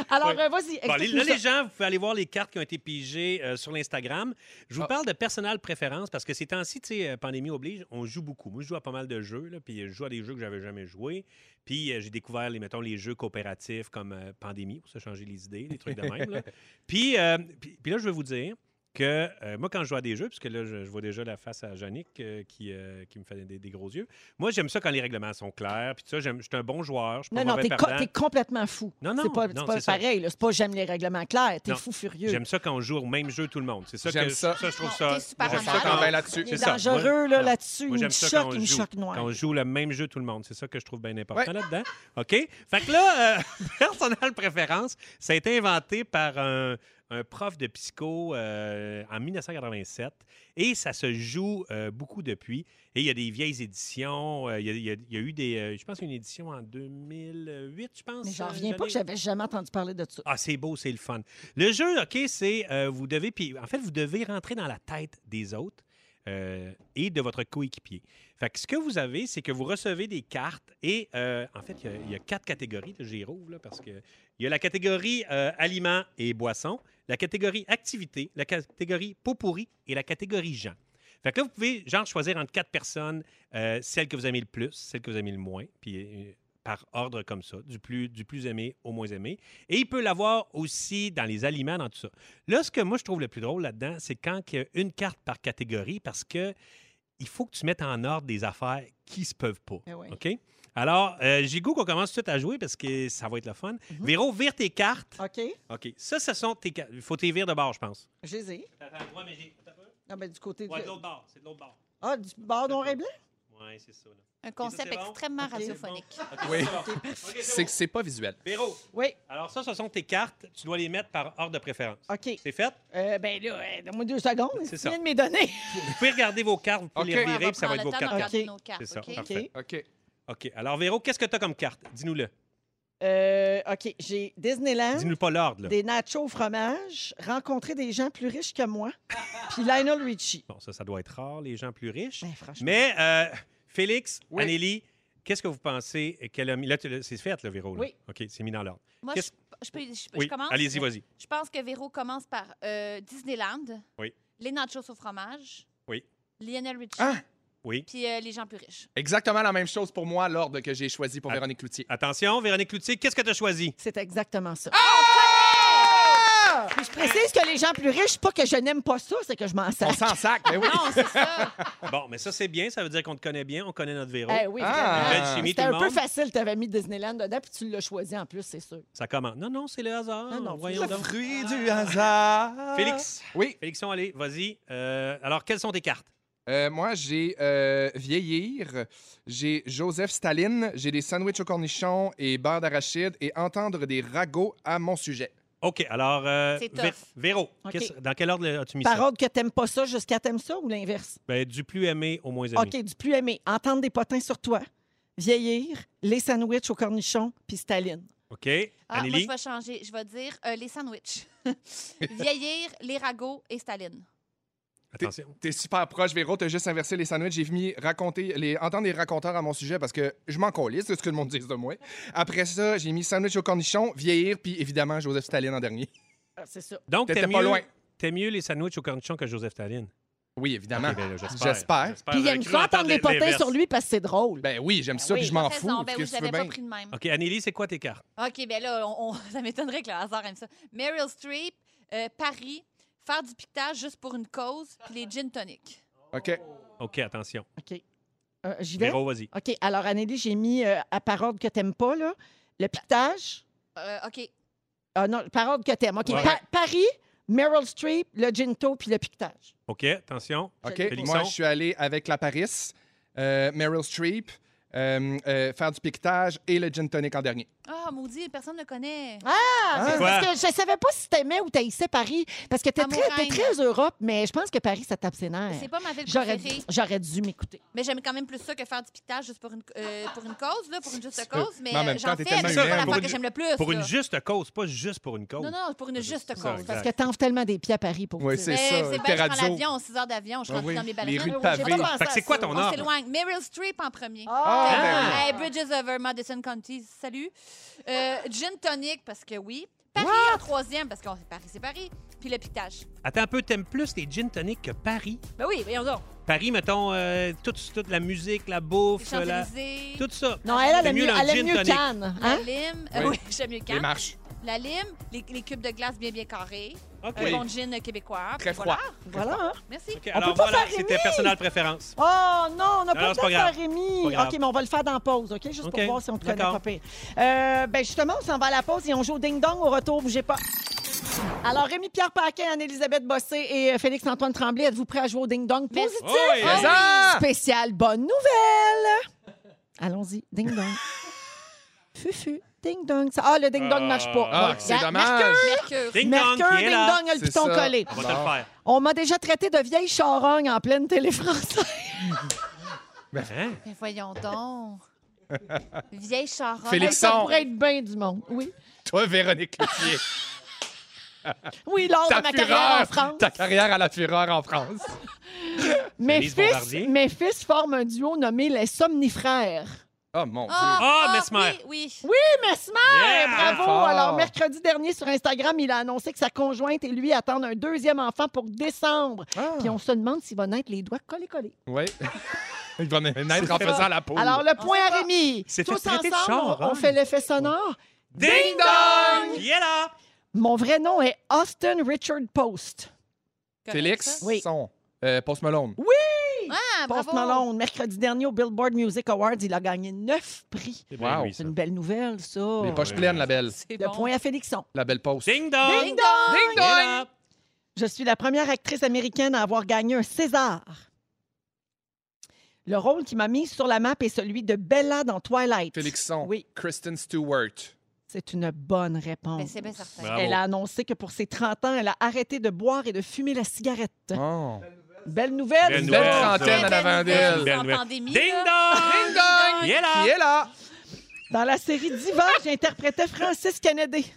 S1: Alors,
S3: Oui.
S1: euh, vas-y,
S3: Bon, les- là,
S1: explique-nous
S3: les gens, vous pouvez aller voir les cartes qui ont été pigées euh, sur l'Instagram. Je vous
S2: Ah.
S3: parle de personnel préférence parce que ces temps-ci, tu sais, euh, pandémie oblige, on joue beaucoup. Moi, je joue à pas mal de jeux, là, puis euh, je joue à des jeux que j'avais jamais joués. Puis euh, j'ai découvert, les, mettons, les jeux coopératifs comme euh, Pandémie, pour se changer les idées, des trucs de même. là. Puis, euh, puis, puis là, je vais vous dire que euh, moi, quand je joue à des jeux, puisque là, je, je vois déjà la face à Yannick euh, qui, euh, qui me fait des, des gros yeux, moi, j'aime ça quand les règlements sont clairs. Puis tout ça, j'aime- je suis un bon joueur, je suis pas
S1: Non, non,
S3: mauvais
S1: t'es, co-
S3: perdant.
S1: t'es complètement fou.
S3: Non, non,
S1: c'est pas,
S3: non,
S1: c'est pas
S3: c'est ça.
S1: pareil. là. C'est pas j'aime les règlements clairs. T'es
S3: Non,
S1: fou furieux.
S3: J'aime ça quand on joue au même jeu tout le monde. C'est ça
S2: J'aime
S3: que
S2: ça.
S3: je trouve
S4: Non,
S3: ça.
S4: t'es super
S3: j'aime ça
S4: malade.
S3: quand-
S2: Ben là-dessus.
S1: Il est
S3: c'est ça.
S1: dangereux
S3: Moi-
S1: là,
S3: non.
S1: là-dessus. il
S3: Moi,
S1: me
S3: j'aime ça quand
S1: choque,
S3: on,
S1: il me
S3: joue,
S1: choque
S3: quand
S1: noir.
S3: on joue le même jeu tout le monde. C'est ça que je trouve bien important
S2: Ouais.
S3: là-dedans. OK? Fait que là, euh, personnel préférence, ça a été inventé par un, un prof de psycho euh, en 1987 et ça se joue euh, beaucoup depuis. Et il y a des vieilles éditions. euh, Il y a- il y, a- il y a eu des. euh, je pense qu'il y a une édition en 2008, je pense.
S1: Mais j'en
S3: euh,
S1: reviens pas
S3: donnée.
S1: que j'avais jamais entendu parler de ça.
S3: Ah, c'est beau, c'est le fun. Le jeu, OK, c'est euh, vous devez, puis en fait, vous devez rentrer dans la tête des autres euh, et de votre coéquipier. Fait que ce que vous avez, c'est que vous recevez des cartes et, euh, en fait, il y a- il y, a quatre catégories, là, j'y rouvre, là, parce que il y a la catégorie euh, aliments et boissons, la catégorie activités, la catégorie pot pourri et la catégorie gens. Fait que là, vous pouvez, genre, choisir entre quatre personnes, euh, celle que vous aimez le plus, celle que vous aimez le moins, puis euh, par ordre comme ça, du plus, du plus aimé au moins aimé. Et il peut l'avoir aussi dans les aliments, dans tout ça. Là, ce que moi, je trouve le plus drôle là-dedans, c'est quand il y a une carte par catégorie parce que il faut que tu mettes en ordre des affaires qui se peuvent pas.
S1: Eh oui.
S3: OK? Alors, euh, j'ai goût qu'on commence tout de suite à jouer parce que ça va être le fun.
S2: Mhm.
S3: Véro, vire tes cartes.
S1: OK?
S3: OK. Ça, ce sont tes cartes. Il faut t'y virer de bord, je pense.
S1: Je les ai.
S3: Attends, ouais, mais j'ai.
S1: Non, mais Ah, ben, du côté
S3: Ouais,
S1: de...
S3: de l'autre bord. C'est de l'autre bord.
S1: Ah, du bord noir et blanc?
S3: Ouais, c'est ça. Là.
S4: Un concept
S3: c'est bon?
S4: extrêmement
S1: Ok.
S4: radiophonique.
S2: Oui.
S3: OK,
S2: C'est
S3: c'est
S2: que
S3: bon.
S2: c'est pas visuel.
S3: Véro,
S1: Oui,
S3: alors ça, ce sont tes cartes. Tu dois les mettre par ordre de préférence.
S1: OK.
S3: C'est fait?
S1: Euh, ben là, euh, donne-moi deux secondes.
S3: C'est
S1: C'est
S3: ça.
S1: ça. de mes données.
S3: Vous pouvez regarder vos cartes, vous pouvez
S2: OK.
S3: les
S4: On va
S3: virer, puis ça
S4: prendre
S3: va
S4: le
S3: être vos
S4: temps de
S3: cartes.
S4: regarder
S1: Ok.
S4: nos cartes,
S3: C'est ça,
S4: OK?
S1: OK.
S3: Parfait.
S2: OK.
S3: OK. Alors, Véro, qu'est-ce que tu as comme carte? Dis-nous-le.
S1: Euh, OK, j'ai
S2: Hein?
S1: Disneyland,
S3: Dis-nous pas l'ordre, là.
S1: des nachos au fromage, rencontrer des gens plus riches que moi, puis Lionel Richie.
S3: Bon, ça, ça doit être rare, les gens plus riches.
S1: Ben, franchement.
S3: Mais, euh, Félix,
S2: Oui.
S3: Anneli, qu'est-ce que vous pensez qu'elle a mis? Là, tu l'as- c'est fait, le Véro. là.
S1: Oui.
S3: OK, c'est mis dans l'ordre.
S4: Moi, je,
S3: Qu'est-ce-
S4: je peux, je, Ben, je
S3: Oui,
S4: commence?
S3: allez-y, vas-y.
S4: Je pense que Véro commence par euh, Disneyland,
S3: Oui.
S4: les nachos au fromage,
S3: Oui.
S4: Lionel Richie,
S2: Ah!
S3: Oui.
S4: puis euh, les gens plus riches.
S2: Exactement la même chose pour moi, l'ordre que j'ai choisi pour
S3: Ah.
S2: Véronique Cloutier.
S3: Attention, Véronique Cloutier, qu'est-ce que tu as choisi?
S1: C'est exactement ça. Ah! Puis je précise que les gens plus riches, pas que je n'aime pas ça, c'est que je m'en
S2: On
S1: sers.
S2: s'en sac, mais oui.
S4: Non, c'est ça.
S3: Bon, mais ça, c'est bien. Ça veut dire qu'on te connaît bien. On connaît notre Véro.
S1: Eh oui,
S2: Ah.
S1: vraiment.
S3: Belle chimie,
S1: C'était
S3: tout le
S1: un peu
S3: monde.
S1: facile, tu avais mis Disneyland dedans, puis tu l'as choisi en plus, c'est sûr.
S3: Ça commence. Non, non, c'est le hasard.
S1: Ah non,
S3: Voyons
S1: c'est
S3: donc.
S2: Fruit du hasard.
S3: Félix.
S2: Oui.
S3: Félixon, allez, vas-y. Euh, alors, quelles sont tes cartes?
S2: Euh, moi, j'ai euh, vieillir, j'ai Joseph Staline, j'ai des sandwichs au cornichon et beurre d'arachide et entendre des ragots à mon sujet.
S3: OK, alors, euh,
S4: C'est
S3: Vé-
S4: tough.
S3: Véro,
S1: OK.
S3: qu'est-ce- dans quel ordre as-tu mis
S1: Par
S3: ça?
S1: ordre que t'aimes pas ça jusqu'à t'aimes ça ou l'inverse?
S3: Ben, du plus aimé au moins aimé.
S1: OK, du plus aimé. Entendre des potins sur toi, vieillir, les sandwichs au cornichon, puis Staline.
S3: OK.
S4: Ah, moi,
S3: Anneli?
S4: je vais changer. Je vais dire euh, les sandwichs. Vieillir, les ragots et Staline.
S3: Attention.
S2: T'es super proche, Véro, t'as juste inversé les sandwichs. J'ai mis raconter, les, entendre des raconteurs à mon sujet parce que je m'en colisse de ce que le monde dise de moi. Après ça, j'ai mis sandwich au cornichon, vieillir, puis évidemment Joseph Staline en dernier.
S1: Ah, c'est ça.
S3: Donc,
S2: T'étais
S3: t'aimes
S2: pas
S3: mieux-
S2: loin.
S3: T'aimes mieux les sandwichs au cornichon que Joseph Staline?
S2: Oui, évidemment.
S3: Ok, ben là,
S2: J'espère.
S1: Puis il aime
S3: J'aurais cru
S1: ça entendre les potins
S3: verses.
S1: sur lui parce que c'est drôle.
S2: Ben oui, j'aime ça,
S1: oui,
S2: puis je
S3: Ah,
S2: m'en
S4: T'as
S2: fous.
S4: raison, Ben oui,
S2: Qu'est-ce
S4: je
S2: que tu veux
S4: l'avais pas
S2: bien?
S4: pris de même.
S3: OK, Anneli, c'est quoi tes cartes?
S4: OK, ben là, on- on- ça m'étonnerait que le hasard aime ça. Meryl Streep, euh, Paris, faire du piquetage juste pour une cause, puis les gin tonic.
S2: OK.
S3: OK, attention.
S1: OK. Euh, J'y vais?
S3: Véro, vas-y.
S1: OK. Alors, Anneli, j'ai mis euh, à par ordre que t'aimes pas, là, le piquetage.
S4: Euh, OK.
S1: Ah non, par ordre que t'aimes. OK.
S3: Ouais.
S1: Pa- Paris, Meryl Streep, le Ginto, puis le piquetage.
S3: OK, attention.
S2: OK.
S1: Félixon.
S2: Moi, je suis allé avec la Paris, euh, Meryl Streep, euh, euh, faire du piquetage et le gin tonic en dernier.
S4: Ah, maudit, personne ne le connaît.
S1: Ah, mais c'est
S3: Quoi?
S1: parce que je savais pas si t'aimais ou t'haïssais Paris. Parce que t'es
S4: Amour,
S1: très, t'es
S4: haine.
S1: très Europe, mais je pense que Paris, ça tape ses nerfs.
S4: C'est pas ma ville
S1: J'aurais,
S4: préférée,
S1: j'aurais dû m'écouter.
S4: mais j'aime quand même plus ça que faire du pitage juste pour une,
S1: Ah!
S4: euh, pour une cause, là, pour une juste cause. Mais, euh,
S2: Mais en même
S4: j'en
S2: temps, t'es
S4: fais, mais
S2: tellement
S4: c'est pas
S2: humaine.
S4: l'affaire
S3: Pour
S4: que
S3: une-
S4: j'aime le plus.
S3: Pour une
S4: là.
S3: juste cause, pas juste pour une cause.
S4: Non, non, pour une juste
S3: Ça,
S4: cause.
S3: exact.
S1: Parce que t'enfles tellement des pieds à Paris pour
S2: Oui,
S1: dire.
S2: c'est
S4: Mais
S2: ça.
S4: c'est bien, je prends
S2: Terrazzo.
S4: l'avion, 6 heures d'avion, je
S2: Ah
S4: rentre
S2: oui,
S4: dans mes
S2: les rues
S4: ballerines.
S2: de
S1: Ah oui, j'ai
S2: pavé.
S1: pas pensé
S3: Fait que c'est
S1: à
S3: quoi
S1: ça.
S3: ton
S4: On
S3: ordre?
S4: s'éloigne. Oh, Meryl Streep en premier.
S1: Ah,
S2: ben
S4: Hey, Bridges over Madison County, salut. Euh, gin tonic, parce que oui. Paris en troisième, parce que Paris, c'est Paris. Puis le piquetage.
S3: Attends un peu, t'aimes plus les gin tonic que Paris?
S4: Ben oui, voyons donc.
S3: Paris, mettons, euh, toute, toute la musique, la
S4: Les
S3: bouffe, la...
S4: Champs-Élysées,
S3: tout ça.
S1: Non, elle, elle
S3: C'est
S1: aime
S3: Ah, mieux
S1: mieux,
S3: leur
S1: elle aime
S3: gin
S1: mieux
S3: tonic.
S1: Cannes.
S4: la
S1: Hein?
S4: lime. Euh,
S2: Oui.
S4: oui, j'aime mieux
S2: Les
S4: Cannes.
S2: marches.
S4: La lime, les, les cubes de glace bien, bien carrés.
S3: OK.
S4: Un bon gin québécois.
S2: Très
S4: Puis
S2: froid.
S4: voilà.
S1: Voilà. hein?
S4: Merci.
S3: OK,
S1: On
S3: alors
S1: peut pas
S3: voilà,
S1: faire
S3: c'était
S1: aimer.
S3: personnel préférence.
S1: Oh non, on n'a pas
S3: Non, non,
S1: le
S3: c'est
S1: temps de
S3: pas
S1: faire
S3: grave.
S1: Rémi.
S3: Pas grave.
S1: OK, mais on va le faire dans la pause, OK? Juste
S3: OK,
S1: pour voir si on te connaît
S3: d'accord.
S1: pas pire. Euh, ben justement, on s'en va à la pause et on joue au ding-dong. Au retour, bougez pas. Alors, Rémi-Pierre Paquin, Anne-Élisabeth Bossé et euh, Félix-Antoine Tremblay, êtes-vous prêts à jouer au ding-dong
S4: Mais-
S1: positif?
S3: Oh, Oui,
S4: Ah
S3: exact.
S1: Spécial bonne nouvelle! Allons-y, ding-dong. Fufu, ding-dong. Ça- Ah, le ding-dong
S3: Ah,
S1: marche pas.
S2: Ah,
S1: Bon,
S2: c'est
S1: regarde,
S2: dommage.
S4: Mercure.
S3: Ding dong
S1: Mercure,
S3: qui est là.
S1: ding-dong, a le
S2: C'est
S1: piton
S2: ça.
S1: collé.
S3: On va te le faire.
S1: On m'a déjà traité de vieille charogne en pleine télé française.
S3: Hein?
S4: Mais voyons donc. Vieille charogne.
S2: Félix.
S1: Ça
S3: Oh.
S2: Sont.
S1: pourrait être bien du monde, oui.
S2: Toi, Véronique Cloutier.
S1: Oui, lors de
S2: Ta
S1: ma carrière en
S2: fureur.
S1: France.
S2: Ta carrière à la fureur en France.
S1: Mes
S3: Denise
S1: fils,
S3: Bombardier.
S1: mes fils forment un duo nommé les Somnifrères.
S2: Oh mon
S4: Ah,
S2: Dieu.
S3: Ah,
S4: ah,
S3: Mesmer.
S4: Oui, oui.
S1: Oui, Mesmer!
S3: Yeah!
S1: Bravo!
S2: Fort.
S1: Alors, mercredi dernier, sur Instagram, il a annoncé que sa conjointe et lui attendent un deuxième enfant pour décembre.
S2: Ah.
S1: Puis on se demande s'il va naître les doigts collés-collés.
S2: Oui. Il va naître en faisant la peau.
S1: Alors, le point
S4: sait
S1: à Rémi.
S3: Ah, C'est
S1: Tous
S3: fait traiter
S1: ensemble,
S3: de char,
S1: on,
S3: hein?
S1: on fait l'effet sonore.
S3: Ding dong! Qui est là?
S1: Mon vrai nom est Austin Richard Post.
S2: Félix,
S1: Oui.
S2: son. Euh, Post Malone.
S4: Ah,
S1: Post
S4: bravo.
S1: Malone, mercredi dernier au Billboard Music Awards, il a gagné neuf prix.
S3: C'est
S2: Wow.
S3: lui,
S1: C'est
S3: ça.
S1: une belle nouvelle, ça.
S2: Les poches
S3: Ouais.
S2: pleines, la belle.
S4: C'est
S1: Le
S4: bon.
S1: point à Félixon.
S2: La belle poste.
S3: Ding dong!
S4: Ding
S3: Qui est là?
S1: Je suis la première actrice américaine à avoir gagné un César. Le rôle qui m'a mise sur la map est celui de Bella dans Twilight.
S2: Félixon.
S1: Oui.
S2: Kristen Stewart.
S1: C'est une bonne
S4: Ben,
S1: réponse.
S4: c'est bien certain.
S3: Bravo.
S1: Elle a annoncé que pour ses 30 ans, elle a arrêté de boire et de fumer la cigarette.
S2: Oh.
S1: Belle nouvelle.
S3: Belle
S2: Une
S3: nouvelle.
S2: belle
S3: Ouais,
S2: trentaine
S3: ouais.
S2: en avant
S4: Belle
S2: d'elle.
S4: nouvelle.
S3: Belle nouvelle.
S4: pandémie,
S3: Ding
S2: Ding
S3: dong!
S2: dong!
S3: Qui est là?
S2: Qui est là?
S1: Dans la série Diva, j'interprétais Francis Kennedy.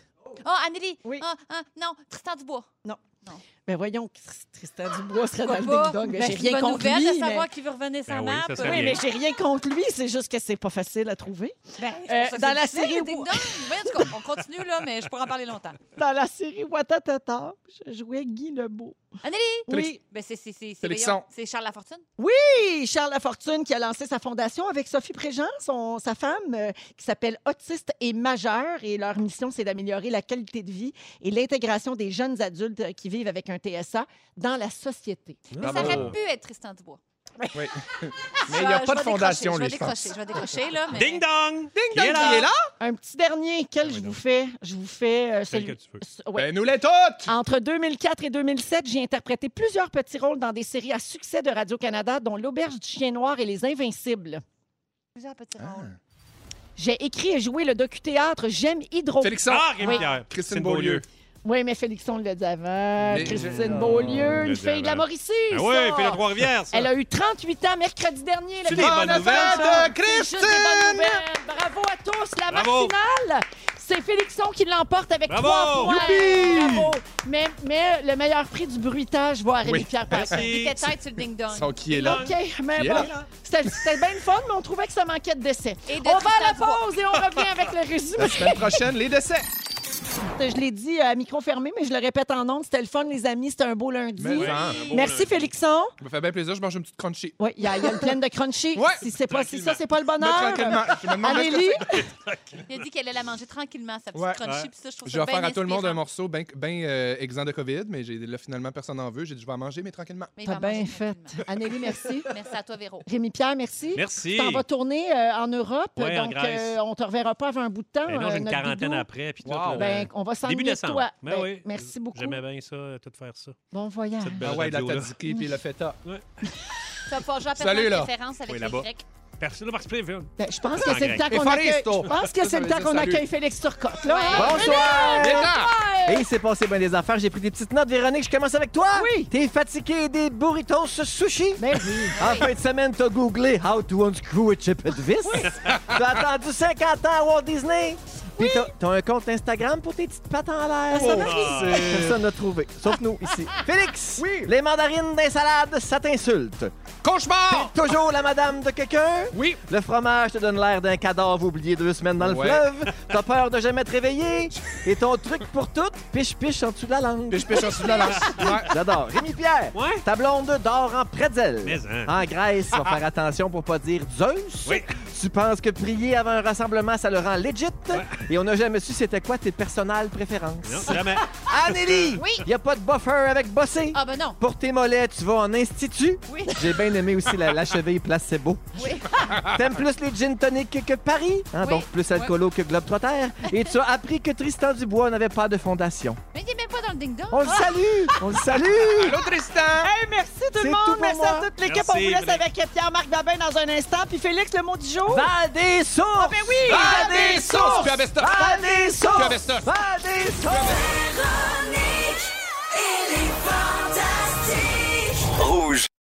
S4: Oh, Anneli.
S1: Oui.
S4: Ah, ah, non, Tristan Dubois.
S1: Mais Ben, voyons, Tristan Dubois serait dans le
S4: Pourquoi pas?
S1: ding-dong. Mais
S4: Ben,
S1: J'ai
S4: c'est une
S1: rien
S4: bonne
S1: contre
S4: nouvelle de
S1: lui. mais-
S4: savoir qui veut revenir sa
S3: Ben oui,
S4: map.
S3: ça serait
S1: Oui,
S3: bien.
S1: mais j'ai rien contre lui. C'est juste que c'est pas facile à trouver.
S4: Ben, c'est pour
S1: Euh,
S4: ça que
S1: dans
S4: c'est
S1: la
S4: le
S1: série
S4: ding-dong.
S1: où-
S4: Oui, en tout cas, on continue, là, mais je pourrais en parler longtemps.
S1: Dans la série Watatata, je jouais Guy Lebeau.
S4: Anneli!
S1: Oui.
S4: Ben, c'est, c'est, c'est, c'est,
S2: Félixon.
S4: voyons, c'est Charles Lafortune.
S1: Et Charles Lafortune qui a lancé sa fondation avec Sophie Préjean, son, sa femme, euh, qui s'appelle Autiste et Majeure. Et leur mission, c'est d'améliorer la qualité de vie et l'intégration des jeunes adultes euh, qui vivent avec un TSA dans la société.
S4: Mais ça
S2: Bravo.
S4: aurait pu être Tristan Dubois.
S2: Mais il n'y a
S4: Ah,
S2: pas
S4: Je- je
S2: de
S4: vais
S2: fondation,
S4: décrocher,
S2: lui,
S4: Je
S2: je
S4: vais
S2: pense.
S4: décrocher, je vais décrocher, là. mais-
S3: Ding dong! Ding
S2: Qui est là?
S1: Un petit dernier, quel
S3: Ah oui,
S1: je vous
S3: donc.
S1: fais? Je vous fais euh,
S3: Celle
S1: celui...
S3: que tu veux.
S1: ce- ouais.
S2: Ben, nous les
S4: Ah.
S2: toutes!
S1: Entre 2004 et 2007, j'ai interprété plusieurs petits rôles dans des séries à succès de Radio-Canada, dont L'Auberge du Chien Noir et Les Invincibles.
S4: Plusieurs petits rôles.
S1: J'ai écrit et joué le docu-théâtre J'aime Hydro.
S2: Félixon.
S3: Ah, Rémi-Pierre.
S2: Christine Beaulieu.
S1: Oui, mais Félixon le dit avant.
S2: Mais-
S1: Christine
S2: Oh,
S1: Beaulieu,
S3: le
S1: une
S3: dit
S1: fille de la
S3: avant.
S1: Mauricie.
S3: Ben
S1: ça.
S3: oui, fait le Trois-Rivières, ça.
S1: Elle a eu 38 ans mercredi dernier.
S3: C'est
S1: le
S3: des
S1: Christine.
S3: bonnes
S2: Bonne
S3: nouvelles,
S2: fête
S3: ça.
S2: de
S1: C'est juste des bonnes
S2: Christine!
S1: nouvelles. Bravo à tous. La marque
S3: Bravo.
S1: finale, c'est Félixon qui l'emporte avec
S3: Bravo.
S1: trois points.
S2: Youpi.
S1: Bravo. Mais, mais le meilleur prix du bruitage va à
S2: Oui.
S1: Rémi-Pierre Paquin.
S4: Il
S3: Merci.
S4: était tête sur le ding-dong.
S2: Son qui est là.
S1: OK, mais
S2: Qui est
S1: bon,
S2: là?
S1: c'était c'était bien le fun, mais on trouvait que ça manquait de décès.
S4: Et de
S1: on va à la
S4: Tristan Dubois.
S1: pause et on revient avec le résumé.
S2: La semaine prochaine, les décès.
S1: Je l'ai dit à micro fermé, mais je le répète en ondes. C'était le fun, les amis. C'était un beau lundi.
S2: Mais hein,
S1: Merci, Félixon.
S2: Ça me fait bien plaisir, je mange une petite crunchy.
S1: Oui, il y a, il y a le plein de crunchy.
S2: Ouais,
S1: si c'est pas si
S3: tranquillement.
S1: ça, c'est pas le
S2: Moi, tranquillement.
S1: bonheur.
S2: Je me demande est-ce que
S1: Amélie,
S4: Il a dit qu'elle allait la manger tranquillement, sa petite
S2: Ouais.
S4: crunchy,
S3: Ouais.
S4: puis ça, je trouve
S2: Je
S4: ça
S2: vais
S4: bien
S2: faire à tout le monde un
S4: inspirant.
S2: morceau bien ben, euh, exempt de COVID, mais j'ai- là, finalement, personne n'en veut. J'ai dit, je vais en manger, mais tranquillement.
S4: Mais il va
S1: t'as bien
S4: manger
S1: fait.
S4: tranquillement.
S1: Amélie, merci.
S4: Merci à toi, Véro.
S1: Rémi Pierre, merci.
S3: Merci.
S1: Tu t'en vas tourner euh, en Europe,
S3: Ouais, en
S1: donc
S3: Grèce.
S1: euh, on te reverra pas avant un bout de temps.
S3: Ben non,
S1: euh,
S3: j'ai une
S1: notre
S3: quarantaine
S1: bidou.
S3: après. Puis tout,
S2: Wow.
S3: là.
S1: Ben, on va
S3: Début
S1: s'ennuyer de
S3: décembre.
S1: toi.
S3: Ben
S1: Ben,
S3: oui.
S1: Merci beaucoup.
S3: J'aimais bien ça, euh, tout faire ça.
S1: Bon voyage.
S3: Cette belle
S2: Ah ouais, la
S3: radio-là.
S2: tzatziki puis le feta.
S4: Tu vas pas jouer
S2: Salut,
S4: à personne de
S2: là.
S4: référence avec
S3: Oui,
S4: les
S3: là-bas.
S4: Grecs.
S3: Persino Max Préville.
S1: Ben, je pense que c'est le temps
S3: Sangre.
S1: qu'on accueille,
S2: Evaristo.
S1: je pense
S2: Ça,
S1: que
S2: ça
S1: c'est le
S2: veut
S1: temps
S2: dire
S1: qu'on
S2: salut.
S1: accueille Félix Turcotte. Là, hein?
S6: Bonsoir!
S2: Maintenant!
S6: Et il s'est passé bien des affaires. J'ai pris des petites notes. Véronique, je commence avec toi.
S1: Oui.
S6: T'es fatigué des burritos sushi?
S1: Ben oui.
S6: En fin de semaine, t'as googlé How to unscrew a chip vis. T'as attendu 50 ans à Walt Disney. Puis t'as- t'as un compte Instagram pour tes petites pattes en l'air.
S2: Oh, c'est-
S6: Personne n'a trouvé, sauf nous ici. Félix, les mandarines d'un salade, ça t'insulte.
S1: Oh.
S2: Cauchemar!
S6: Toujours la madame de quelqu'un.
S2: Oui.
S6: Le fromage te donne l'air d'un cadavre oublié deux semaines dans le
S2: Ouais.
S6: fleuve. T'as peur de jamais te réveiller. Et ton truc pour tout, piche-piche en dessous de la langue.
S2: Puis je pêche en dessous de la lance. Ouais.
S6: J'adore. Rémi Pierre,
S3: Ouais.
S6: ta blonde dort en pretzel.
S3: Mais, hein.
S6: En Grèce, faut faire attention pour pas dire Zeus.
S3: Oui.
S6: Tu penses que prier avant un rassemblement, ça le rend legit. Et on n'a jamais su c'était quoi tes personnelles préférences.
S3: Non, jamais.
S6: Anneli,
S4: Oui.
S6: y a pas de buffer avec bossé.
S4: Ah, ben non.
S6: Pour tes mollets, tu vas en institut.
S4: Oui.
S6: J'ai bien aimé aussi la, la cheville placebo.
S4: Oui.
S6: T'aimes plus les gin tonic que Paris, hein,
S4: Oui.
S6: donc plus alcoolo que Globetrotter. Et tu as appris que Tristan Dubois n'avait pas de fondation.
S4: Mais il est même pas dans le ding-dong.
S6: On le salue! On le salue!
S2: Allô, Tristan!
S1: Hey, merci tout
S6: C'est
S1: le
S6: tout
S1: monde.
S6: pour
S1: Merci
S6: moi.
S1: à toute l'équipe.
S3: Merci,
S1: On vous laisse
S3: Félix.
S1: avec Pierre-Marc Babin dans un instant. Puis Félix, le mot du jour.
S6: Va des sources!
S1: Ah, ben oui!
S2: Va des sources! Puis à Besta.
S6: Va des sources!
S2: Puis à Besta.
S6: Va des sources!
S7: Véronique